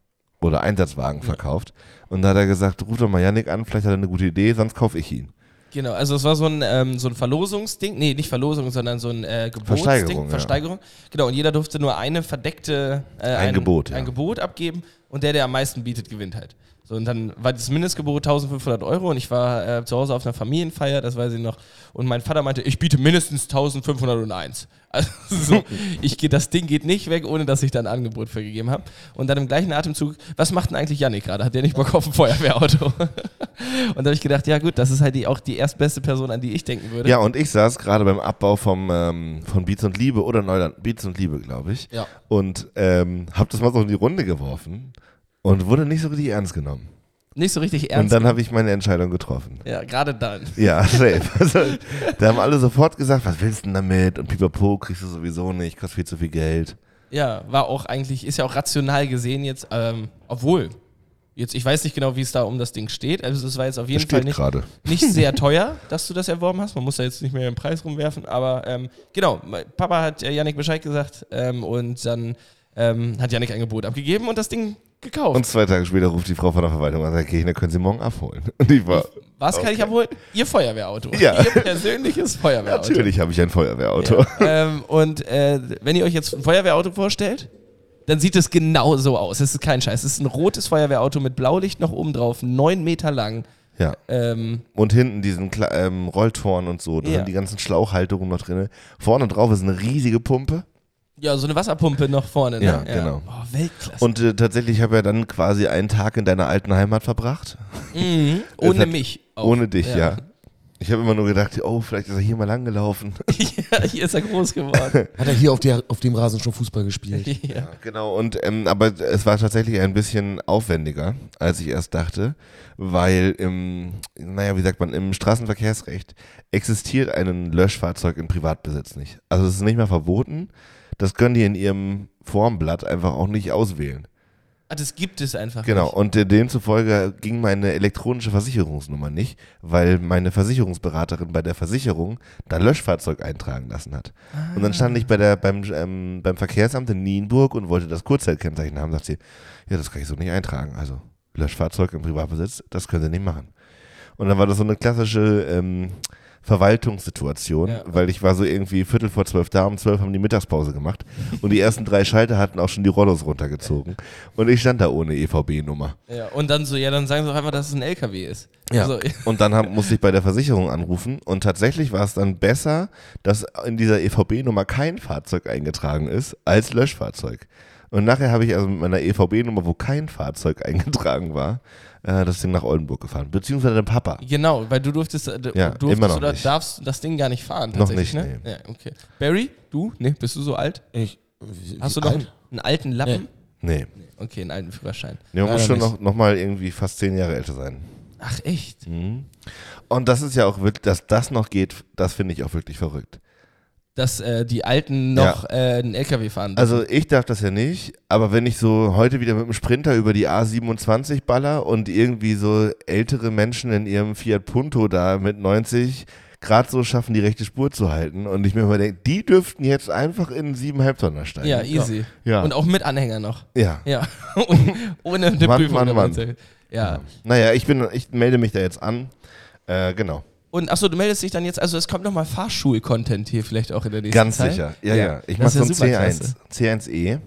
C: oder Einsatzwagen verkauft. Und da hat er gesagt, ruf doch mal Yannick an, vielleicht hat er eine gute Idee, sonst kaufe ich ihn.
A: Genau, also es war so ein, ähm, so ein Verlosungsding. Nee, nicht Verlosung, sondern so ein äh, Gebotsding.
C: Versteigerung, ja.
A: Versteigerung. Genau, und jeder durfte nur eine verdeckte. Äh,
C: Ein Gebot, ja.
A: Ein Gebot abgeben und der, der am meisten bietet, gewinnt halt. So, und dann war das Mindestgebot 1500 Euro und ich war äh, zu Hause auf einer Familienfeier, das weiß ich noch. Und mein Vater meinte, ich biete mindestens 1501. Also, so, ich geh, das Ding geht nicht weg, ohne dass ich da ein Angebot für gegeben habe. Und dann im gleichen Atemzug, was macht denn eigentlich Yannick gerade? Hat der nicht Bock auf ein Feuerwehrauto? und da habe ich gedacht, ja gut, das ist halt die, auch die erstbeste Person, an die ich denken würde.
C: Ja, und ich saß gerade beim Abbau vom, ähm, von Beats und Liebe oder Neuland, Beats und Liebe, glaube ich.
D: Ja.
C: Und ähm, hab das mal so in die Runde geworfen und wurde nicht so richtig ernst genommen.
A: Nicht so richtig ernst.
C: Und dann habe ich meine Entscheidung getroffen.
A: ja, gerade dann.
C: Ja, safe. Also, da haben alle sofort gesagt, was willst du denn damit? Und pipapo kriegst du sowieso nicht, kostet viel zu viel Geld.
A: Ja, war auch eigentlich, ist ja auch rational gesehen jetzt, ähm, obwohl, jetzt, ich weiß nicht genau, wie es da um das Ding steht. Also es war jetzt auf jeden Fall
C: steht
A: nicht,
C: gerade.
A: nicht sehr teuer, dass du das erworben hast. Man muss da jetzt nicht mehr den Preis rumwerfen, aber ähm, genau, mein Papa hat äh, Yannick Bescheid gesagt ähm, und dann ähm, hat Yannick ein Gebot abgegeben und das Ding gekauft.
C: Und zwei Tage später ruft die Frau von der Verwaltung an, sagt, okay, dann können Sie morgen abholen. Und ich war,
A: Was kann ich abholen? Ihr Feuerwehrauto.
C: Ja.
A: Ihr persönliches Feuerwehrauto.
C: natürlich habe ich ein Feuerwehrauto.
A: ähm, und äh, wenn ihr euch jetzt ein Feuerwehrauto vorstellt, dann sieht es genau so aus. Es ist kein Scheiß. Es ist ein rotes Feuerwehrauto mit Blaulicht noch oben drauf, neun Meter lang.
C: Ja.
A: Ähm,
C: Und hinten diesen Kle- ähm, Rolltoren und so, da
A: Ja.
C: sind die ganzen Schlauchhalterungen noch drin. Vorne drauf ist eine riesige Pumpe.
A: ja, so eine Wasserpumpe noch vorne. Ne?
C: Ja, genau.
A: Oh, Weltklasse.
C: Und äh, tatsächlich habe ich ja dann quasi einen Tag in deiner alten Heimat verbracht.
A: mhm. Ohne
C: hat-
A: mich. auch.
C: Ohne dich,
A: Ja.
C: ja. Ich habe immer nur gedacht, oh, vielleicht ist er hier mal lang gelaufen.
A: ja, hier ist er groß geworden.
D: Hat er hier auf, der, auf dem Rasen schon Fußball gespielt?
A: ja.
C: Genau, und ähm, aber es war tatsächlich ein bisschen aufwendiger, als ich erst dachte, weil im, naja, wie sagt man, im Straßenverkehrsrecht existiert ein Löschfahrzeug in Privatbesitz nicht. Also es ist nicht mehr verboten. Das können die in ihrem Formblatt einfach auch nicht auswählen.
A: Ah, das gibt es einfach.
C: Genau, und äh, demzufolge ging meine elektronische Versicherungsnummer nicht, weil meine Versicherungsberaterin bei der Versicherung da Löschfahrzeug eintragen lassen hat. Und dann stand ich bei der, beim, ähm, beim Verkehrsamt in Nienburg und wollte das Kurzzeitkennzeichen haben. Sagt sie, ja, das kann ich so nicht eintragen. Also Löschfahrzeug im Privatbesitz, das können sie nicht machen. Und dann war das so eine klassische ähm, Verwaltungssituation,
A: Ja.
C: weil ich war so irgendwie Viertel vor zwölf da, um zwölf haben die Mittagspause gemacht und die ersten drei Schalter hatten auch schon die Rollos runtergezogen und ich stand da ohne E EVB-Nummer.
A: Nicht. Ja. Und dann so, ja, dann sagen sie doch einfach, dass es ein LKW ist. Also,
C: Und dann hab, musste ich bei der Versicherung anrufen und tatsächlich war es dann besser, dass in dieser E EVB-Nummer kein Fahrzeug eingetragen ist, als Löschfahrzeug. Und nachher habe ich also mit meiner EVB-Nummer, wo kein Fahrzeug eingetragen war, äh, das Ding nach Oldenburg gefahren. Beziehungsweise der Papa.
A: genau, weil du durftest, äh, du
C: Ja,
A: durftest
C: immer noch
A: oder
C: nicht.
A: darfst das Ding gar nicht fahren.
C: Noch
A: tatsächlich,
C: nicht,
A: ne? Ja, okay. Barry, du? Nee, bist du so alt?
D: Ich,
A: Hast du
D: wie
A: noch
D: alt?
A: einen alten Lappen?
C: Nee.
A: Okay, einen alten Führerschein.
C: Nee, man muss
D: Leider
C: schon
D: nicht.
C: noch, noch mal irgendwie fast zehn Jahre älter sein. Mhm.
A: Ach echt?
C: Und das ist ja auch wirklich, dass das noch geht, das finde ich auch wirklich verrückt.
A: Dass äh, die Alten noch äh, einen LKW fahren. dürfen.
C: Also ich darf das ja nicht, aber wenn ich so heute wieder mit dem Sprinter über die A27 baller und irgendwie so ältere Menschen in ihrem Fiat Punto da mit 90 gerade so schaffen, die rechte Spur zu halten und ich mir immer denke, die dürften jetzt einfach in sieben Halbtonner steigen.
A: ja, easy.
C: Ja.
A: Und auch mit Anhänger noch.
C: Ja.
A: Ja. Und ohne eine
C: Mann,
A: Prüfung.
C: Mann,
A: dabei
C: Mann.
A: zu- Ja.
C: Naja, ich, bin, ich melde mich da jetzt an. Äh, genau.
A: Und achso, du meldest dich dann jetzt, also es kommt nochmal Fahrschul-Content hier vielleicht auch in der nächsten
C: Ganz
A: Zeit.
C: sicher. Ja, ja.
A: Ja.
C: Ich mache
A: Das
C: so ein
A: ist ja
C: C1. C1E. E.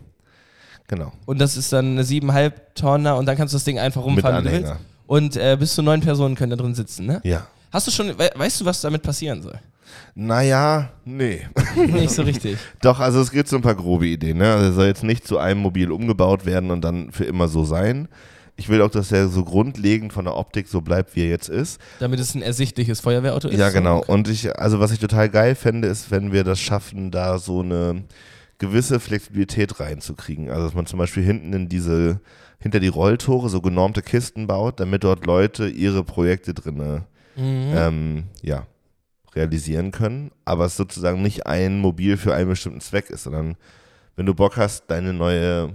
C: Genau.
A: Und das ist dann eine siebeneinhalb Tonner und dann kannst du das Ding einfach rumfahren, wie du willst.
C: Anhänger.
A: Und äh, bis zu neun Personen können da drin sitzen, ne?
C: Ja.
A: Hast du schon, we weißt du, was damit passieren soll?
C: Naja, nee.
A: Nicht so richtig.
C: Doch, also es gibt so ein paar grobe Ideen. Ne? Also er soll jetzt nicht zu einem Mobil umgebaut werden und dann für immer so sein. Ich will auch, dass er so grundlegend von der Optik so bleibt, wie er jetzt ist.
A: Damit es ein ersichtliches Feuerwehrauto ist.
C: ja, genau. Und ich, also was ich total geil fände, ist, wenn wir das schaffen, da so eine gewisse Flexibilität reinzukriegen. Also dass man zum Beispiel hinten in diese, hinter die Rolltore so genormte Kisten baut, damit dort Leute ihre Projekte drinne
A: Mhm.
C: ähm, ja, realisieren können, aber es sozusagen nicht ein Mobil für einen bestimmten Zweck ist, sondern wenn du Bock hast, deine neue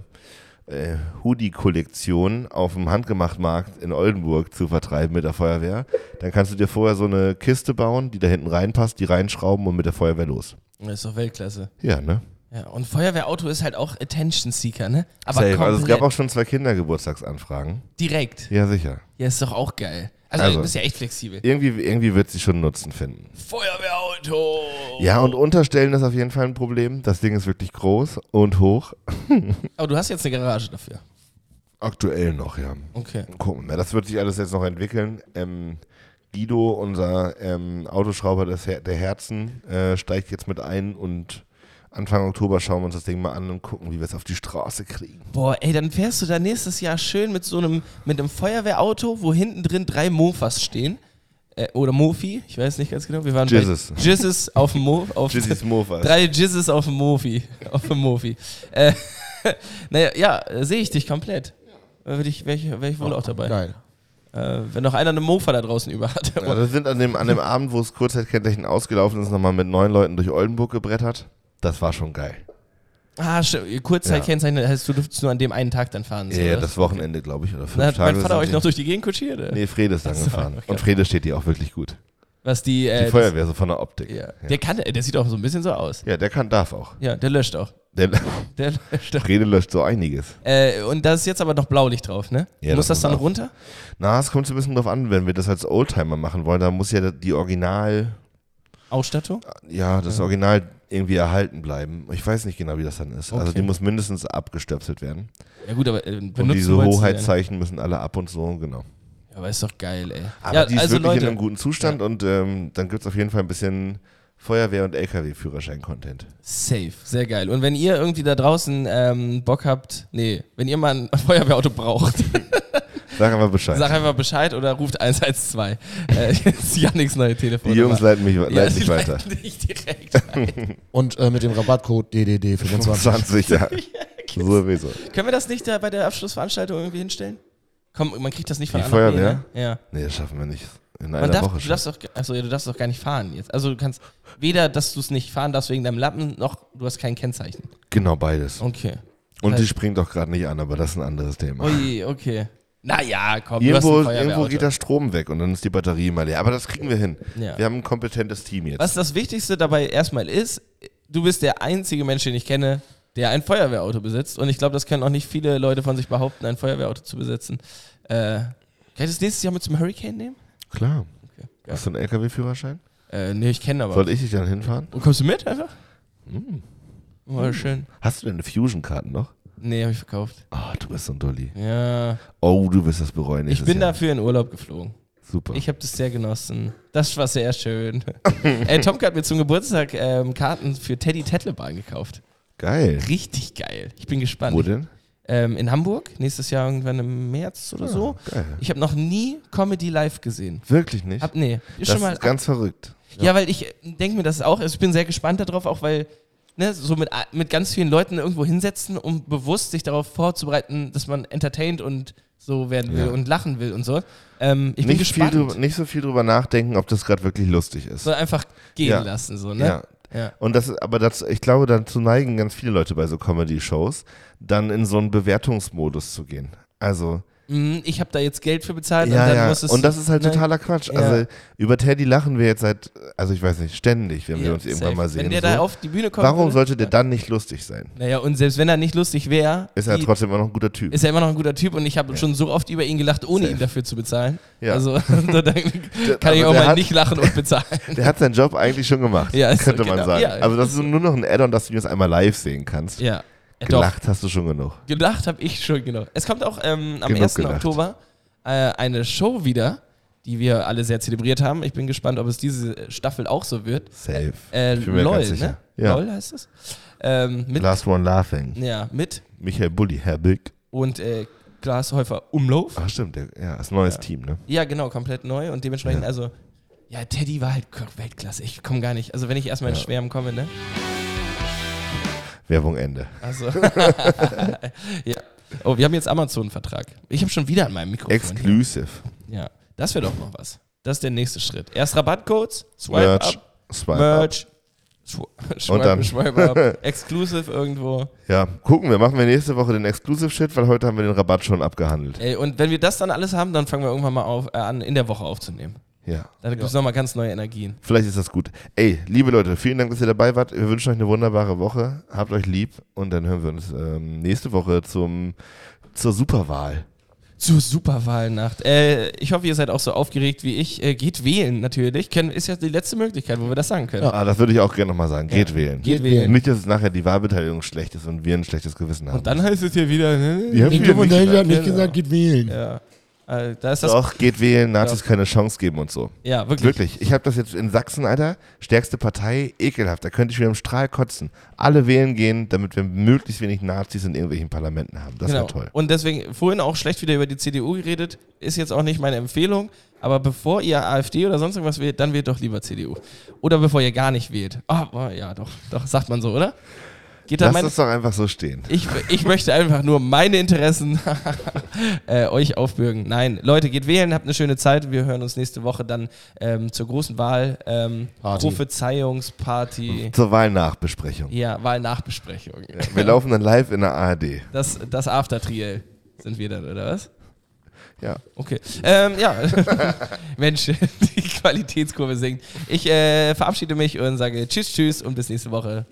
C: äh, Hoodie-Kollektion auf dem Handgemachtmarkt in Oldenburg zu vertreiben mit der Feuerwehr, dann kannst du dir vorher so eine Kiste bauen, die da hinten reinpasst, die reinschrauben und mit der Feuerwehr los.
A: Das ist doch Weltklasse.
C: Ja, ne?
A: Ja, und Feuerwehrauto ist halt auch Attention Seeker, ne? Aber
C: Safe.
A: komplett
C: Also es gab auch schon zwei Kindergeburtstagsanfragen.
A: direkt.
C: Ja, sicher.
A: Ja, ist doch auch geil. Also,
C: Also.
A: du bist ja echt flexibel.
C: Irgendwie, irgendwie wird sie schon Nutzen finden.
A: Feuerwehrauto!
C: Ja, und unterstellen ist auf jeden Fall ein Problem. Das Ding ist wirklich groß und hoch.
A: Aber du hast jetzt eine Garage dafür.
C: Aktuell noch, ja.
A: Okay.
C: Gucken wir. Das wird sich alles jetzt noch entwickeln. Ähm, Guido, unser ähm, Autoschrauber des Her der Herzen, äh, steigt jetzt mit ein und Anfang Oktober schauen wir uns das Ding mal an und gucken, wie wir es auf die Straße kriegen.
A: Boah, ey, dann fährst du da nächstes Jahr schön mit so einem, mit einem Feuerwehrauto, wo hinten drin drei Mofas stehen. Äh, oder Mofi, ich weiß nicht ganz genau. Wir waren
C: Jizzes.
A: bei Jizzes auf dem Mo auf
C: Jizzys Mofas.
A: Drei Jizzes auf dem Mofi. Auf dem Mofi. äh, naja, ja, äh, sehe ich dich komplett. Äh, Würde ich, wäre ich, wär
C: Oh,
A: ich wohl auch dabei.
D: Geil.
A: Äh, wenn noch einer eine Mofa da draußen über hat.
C: Ja, wir sind an dem, an dem Abend, wo es Kurzzeitkennzeichen ausgelaufen ist, nochmal mit neun Leuten durch Oldenburg gebrettert. Das war schon geil.
A: ah, sch- Kurzzeitkennzeichen, heißt, du durftest nur an dem einen Tag dann fahren. so,
C: Ja, ja,
A: oder?
C: das Wochenende, glaube ich, oder fünf
A: dann hat
C: Tage.
A: mein Vater
C: sind
A: euch
C: die-
A: noch durch die Gegend kutschiert? oder?
C: Nee, Frede ist dann gefahren. Und Frede steht dir auch wirklich gut.
A: Was die,
C: Die
A: äh, das-
C: Feuerwehr, so von der Optik.
A: ja. Der kann, äh, der sieht auch so ein bisschen so aus.
C: Ja, der kann, darf auch.
A: Ja, der löscht auch.
C: Der,
A: Der löscht auch.
C: Frede löscht so einiges.
A: Äh, und da ist jetzt aber noch Blaulicht drauf, ne?
C: Ja,
A: muss
C: das
A: das dann
C: muss auch.
A: runter?
C: Na, es kommt so ein bisschen drauf an, wenn wir das als Oldtimer machen wollen, dann muss ja die Original,
A: Ausstattung?
C: ja, das Original irgendwie erhalten bleiben. Ich weiß nicht genau, wie das dann ist. Also
A: Okay.
C: die muss mindestens abgestöpselt werden.
A: Ja gut, aber äh, benutzen
C: Und
A: wolltest
C: diese
A: du ja nicht. ne?
C: Hoheitszeichen müssen alle ab und so, genau.
A: Ja, aber ist doch geil, ey.
C: Aber
A: ja,
C: die ist
A: also
C: wirklich
A: Leute,
C: in einem guten Zustand und ähm, dann gibt es auf jeden Fall ein bisschen Feuerwehr- und LKW-Führerschein-Content.
A: safe, sehr geil. Und wenn ihr irgendwie da draußen ähm, Bock habt, nee, wenn ihr mal ein Feuerwehrauto braucht,
C: Sag einfach Bescheid.
A: sag einfach Bescheid oder ruft 112. äh, jetzt Janiks neue Telefon.
C: die Jungs leiten mich, leiten
A: ja, die
C: mich weiter.
A: leiten dich direkt.
D: Und äh, mit dem Rabattcode DDD25.
C: 20, ja.
A: genau.
C: Sowieso.
A: Können wir das nicht da bei der Abschlussveranstaltung irgendwie hinstellen? Komm, man kriegt das nicht von
C: Die
A: A nach B,
C: Feuerwehr?
A: ne? Ja.
C: Nee, das schaffen wir nicht. In einer
A: Man darf,
C: Woche
A: du
C: schon.
A: darfst doch, also ja, du darfst doch gar nicht fahren jetzt. Also du kannst weder, dass du es nicht fahren darfst wegen deinem Lappen, noch du hast kein Kennzeichen.
C: Genau, beides.
A: Okay.
C: Und die
A: heißt-
C: springt doch gerade nicht an, aber das ist ein anderes Thema.
A: Ui, okay. Naja, komm,
C: Irgendwo,
A: du hast ein
C: irgendwo
A: Feuerwehrauto.
C: geht der Strom weg und dann ist die Batterie immer leer. Aber das kriegen wir hin.
A: Ja.
C: Wir haben ein kompetentes Team jetzt.
A: Was das Wichtigste dabei erstmal ist, du bist der einzige Mensch, den ich kenne, der ein Feuerwehrauto besitzt. Und ich glaube, das können auch nicht viele Leute von sich behaupten, ein Feuerwehrauto zu besitzen. Äh, kann ich das nächstes Jahr mit zum Hurricane nehmen?
C: Klar.
A: Okay, geil.
C: Hast du einen LKW-Führerschein?
A: Äh, nee, ich kenne aber.
C: Soll ich Mm. dich dann hinfahren?
A: Und kommst du mit einfach? Mal schön.
C: Hast du denn eine Fusion-Karte noch?
A: Nee, habe ich verkauft.
C: Ah, du bist so ein Dolly.
A: Ja.
C: Oh, du wirst das bereuen.
A: Ich
C: nächstes
A: bin
C: Jahr.
A: dafür in Urlaub geflogen.
C: Super.
A: Ich habe das sehr genossen. Das war sehr schön. äh, Tomke hat mir zum Geburtstag ähm, Karten für Teddy Tettlebahn gekauft.
C: Geil.
A: Richtig geil. Ich bin gespannt.
C: Wo denn?
A: Ähm, in Hamburg, nächstes Jahr irgendwann im März oder so.
C: Ah, Geil.
A: Ich habe noch nie Comedy live gesehen.
C: Wirklich nicht?
A: Hab, nee, ist
C: das
A: schon mal.
C: ist ganz verrückt.
A: ja, weil ich denke mir das auch. Also ich bin sehr gespannt darauf, auch weil ne, so mit, a- mit ganz vielen Leuten irgendwo hinsetzen, um bewusst sich darauf vorzubereiten, dass man entertained und so werden will
C: Ja.
A: und lachen will und so. Ähm, ich bin
C: Nicht, viel
A: gespannt.
C: drüber, nicht so viel drüber nachdenken, ob das gerade wirklich lustig ist.
A: so einfach gehen
C: Ja.
A: lassen, so, ne?
C: Ja.
A: Ja.
C: Und das, aber das, ich glaube, dazu neigen ganz viele Leute bei so Comedy-Shows, dann in so einen Bewertungsmodus zu gehen. Also,
A: "Mm, ich habe da jetzt Geld für bezahlt und
C: Ja,
A: dann
C: ja.
A: muss es. ne?
C: und das ist halt
A: Nein.
C: totaler Quatsch.
A: Ja.
C: Also über Teddy lachen wir jetzt seit, also ich weiß nicht, ständig, wenn wir
A: Ja,
C: uns irgendwann
A: safe.
C: mal sehen.
A: Wenn der
C: so.
A: da ne? auf die Bühne kommt.
C: Warum sollte der dann nicht lustig sein?
A: Naja, und selbst wenn er nicht lustig wäre,
C: Ist er
A: die-
C: trotzdem immer noch ein guter Typ.
A: ist er immer noch ein guter Typ und ich habe schon so oft über ihn gelacht, ohne
C: Safe.
A: ihn dafür zu bezahlen.
C: Ja.
A: Also da dann kann ich
C: also
A: auch
C: der
A: mal
C: hat-
A: nicht lachen und bezahlen.
C: Der hat seinen Job eigentlich schon gemacht,
A: Ja, ist-
C: könnte man
A: genau,
C: sagen.
A: ja.
C: also das ist nur noch ein Add-on, dass du ihn jetzt einmal live sehen kannst.
A: ja. Äh, Doch,
C: Gelacht hast du schon genug.
A: gedacht habe ich schon, genau. Es kommt auch ähm, am
C: Genug
A: 1.
C: gelacht.
A: Oktober äh, eine Show wieder, die wir alle sehr zelebriert haben. Ich bin gespannt, ob es diese Staffel auch so wird.
C: Safe.
A: Äh,
C: Ich bin mir
A: LOL,
C: ganz sicher.
A: ne?
C: Ja.
A: LOL heißt es. Ähm, mit,
C: Last One Laughing.
A: ja, mit
C: Michael Bulli, Herr Big.
A: und äh, Glashäufer Umlauf.
C: Ach stimmt, der, ja, ist ein neues Team, ne?
A: Ja, genau, komplett neu und dementsprechend, also, ja, Teddy war halt k- Weltklasse. Ich komme gar nicht. Also, wenn ich erstmal ins Schwärmen komme, ne?
C: Werbung Ende.
A: Also, ja. Oh, wir haben jetzt Amazon-Vertrag. Ich habe schon wieder an meinem Mikrofon. hier.
C: Exclusive.
A: Ja, das wäre doch noch was. Das ist der nächste Schritt. Erst Rabattcodes, Swipe
C: Merch.
A: up,
C: Swipe up.
A: Merch, Schw- Swipe,
C: dann-
A: Swipe up, Exclusive irgendwo.
C: Ja, gucken wir. Machen wir nächste Woche den Exclusive-Shit, weil heute haben wir den Rabatt schon abgehandelt.
A: Ey, und wenn wir das dann alles haben, dann fangen wir irgendwann mal auf, äh, an, in der Woche aufzunehmen.
C: Ja.
A: Dann gibt es nochmal ganz neue Energien.
C: Vielleicht ist das gut. Ey, liebe Leute, vielen Dank, dass ihr dabei wart. Wir wünschen euch eine wunderbare Woche. Habt euch lieb und dann hören wir uns ähm, nächste Woche zum, zur Superwahl.
A: Zur Superwahlnacht. Äh, ich hoffe, ihr seid auch so aufgeregt wie ich. Äh, geht wählen natürlich. Können, ist ja die letzte Möglichkeit, wo wir das sagen können.
C: Ah, das würde ich auch gerne nochmal sagen. Geht wählen.
A: Geht
D: Geht
A: wählen.
D: wählen.
C: Nicht, dass es nachher die Wahlbeteiligung schlecht ist und wir ein schlechtes Gewissen haben.
A: Und dann heißt es ja wieder.
C: Die
A: Ne?
D: Den
C: haben wieder
D: dummen
C: nicht
D: Danger hat
C: gesagt.
D: nicht gesagt, geht wählen.
A: Ja. Äh, da ist das.
C: Doch, geht wählen, Nazis keine Chance geben und so.
A: Ja, wirklich.
C: Wirklich, ich habe das jetzt in Sachsen, Alter, stärkste Partei, ekelhaft, da könnte ich wieder im Strahl kotzen. Alle wählen gehen, damit wir möglichst wenig Nazis in irgendwelchen Parlamenten haben. Das
A: Genau.
C: wäre toll.
A: Und deswegen vorhin auch schlecht wieder über die CDU geredet. Ist jetzt auch nicht meine Empfehlung. Aber bevor ihr AfD oder sonst irgendwas wählt, dann wählt doch lieber CDU. Oder bevor ihr gar nicht wählt. Ah, boah, ja, doch, doch, sagt man so, oder? Geht da
C: Lass
A: meine,
C: das doch einfach so stehen.
A: Ich, ich möchte einfach nur meine Interessen äh, euch aufbürgen. Nein, Leute, geht wählen, habt eine schöne Zeit. Wir hören uns nächste Woche dann ähm, zur großen Wahl. Ähm,
D: Party.
A: Prophezeiungsparty.
C: Zur Wahlnachbesprechung.
A: Ja, Wahlnachbesprechung.
C: Wir laufen dann live in der ARD.
A: Das, das After-Triel sind wir dann, oder was?
C: Ja.
A: Okay. Ähm, ja. Mensch, die Qualitätskurve sinkt. Ich äh, verabschiede mich und sage Tschüss, Tschüss und bis nächste Woche.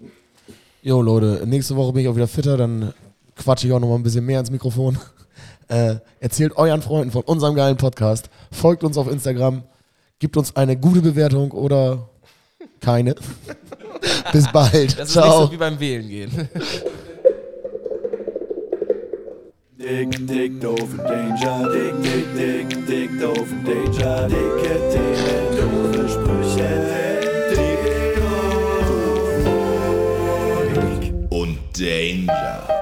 D: Jo, Leute, nächste Woche bin ich auch wieder fitter, dann quatsche ich auch noch mal ein bisschen mehr ins Mikrofon. Äh, erzählt euren Freunden von unserem geilen Podcast, folgt uns auf Instagram, gibt uns eine gute Bewertung oder keine. Bis bald.
A: Das ist nicht
D: Ciao.
A: so wie beim Wählen gehen.
B: Dick, dick, doof und Danger, dick, dick, dick, dick, doof und Danger, dicke Themen, doofe Sprüche, dick, doof und
E: und Danger.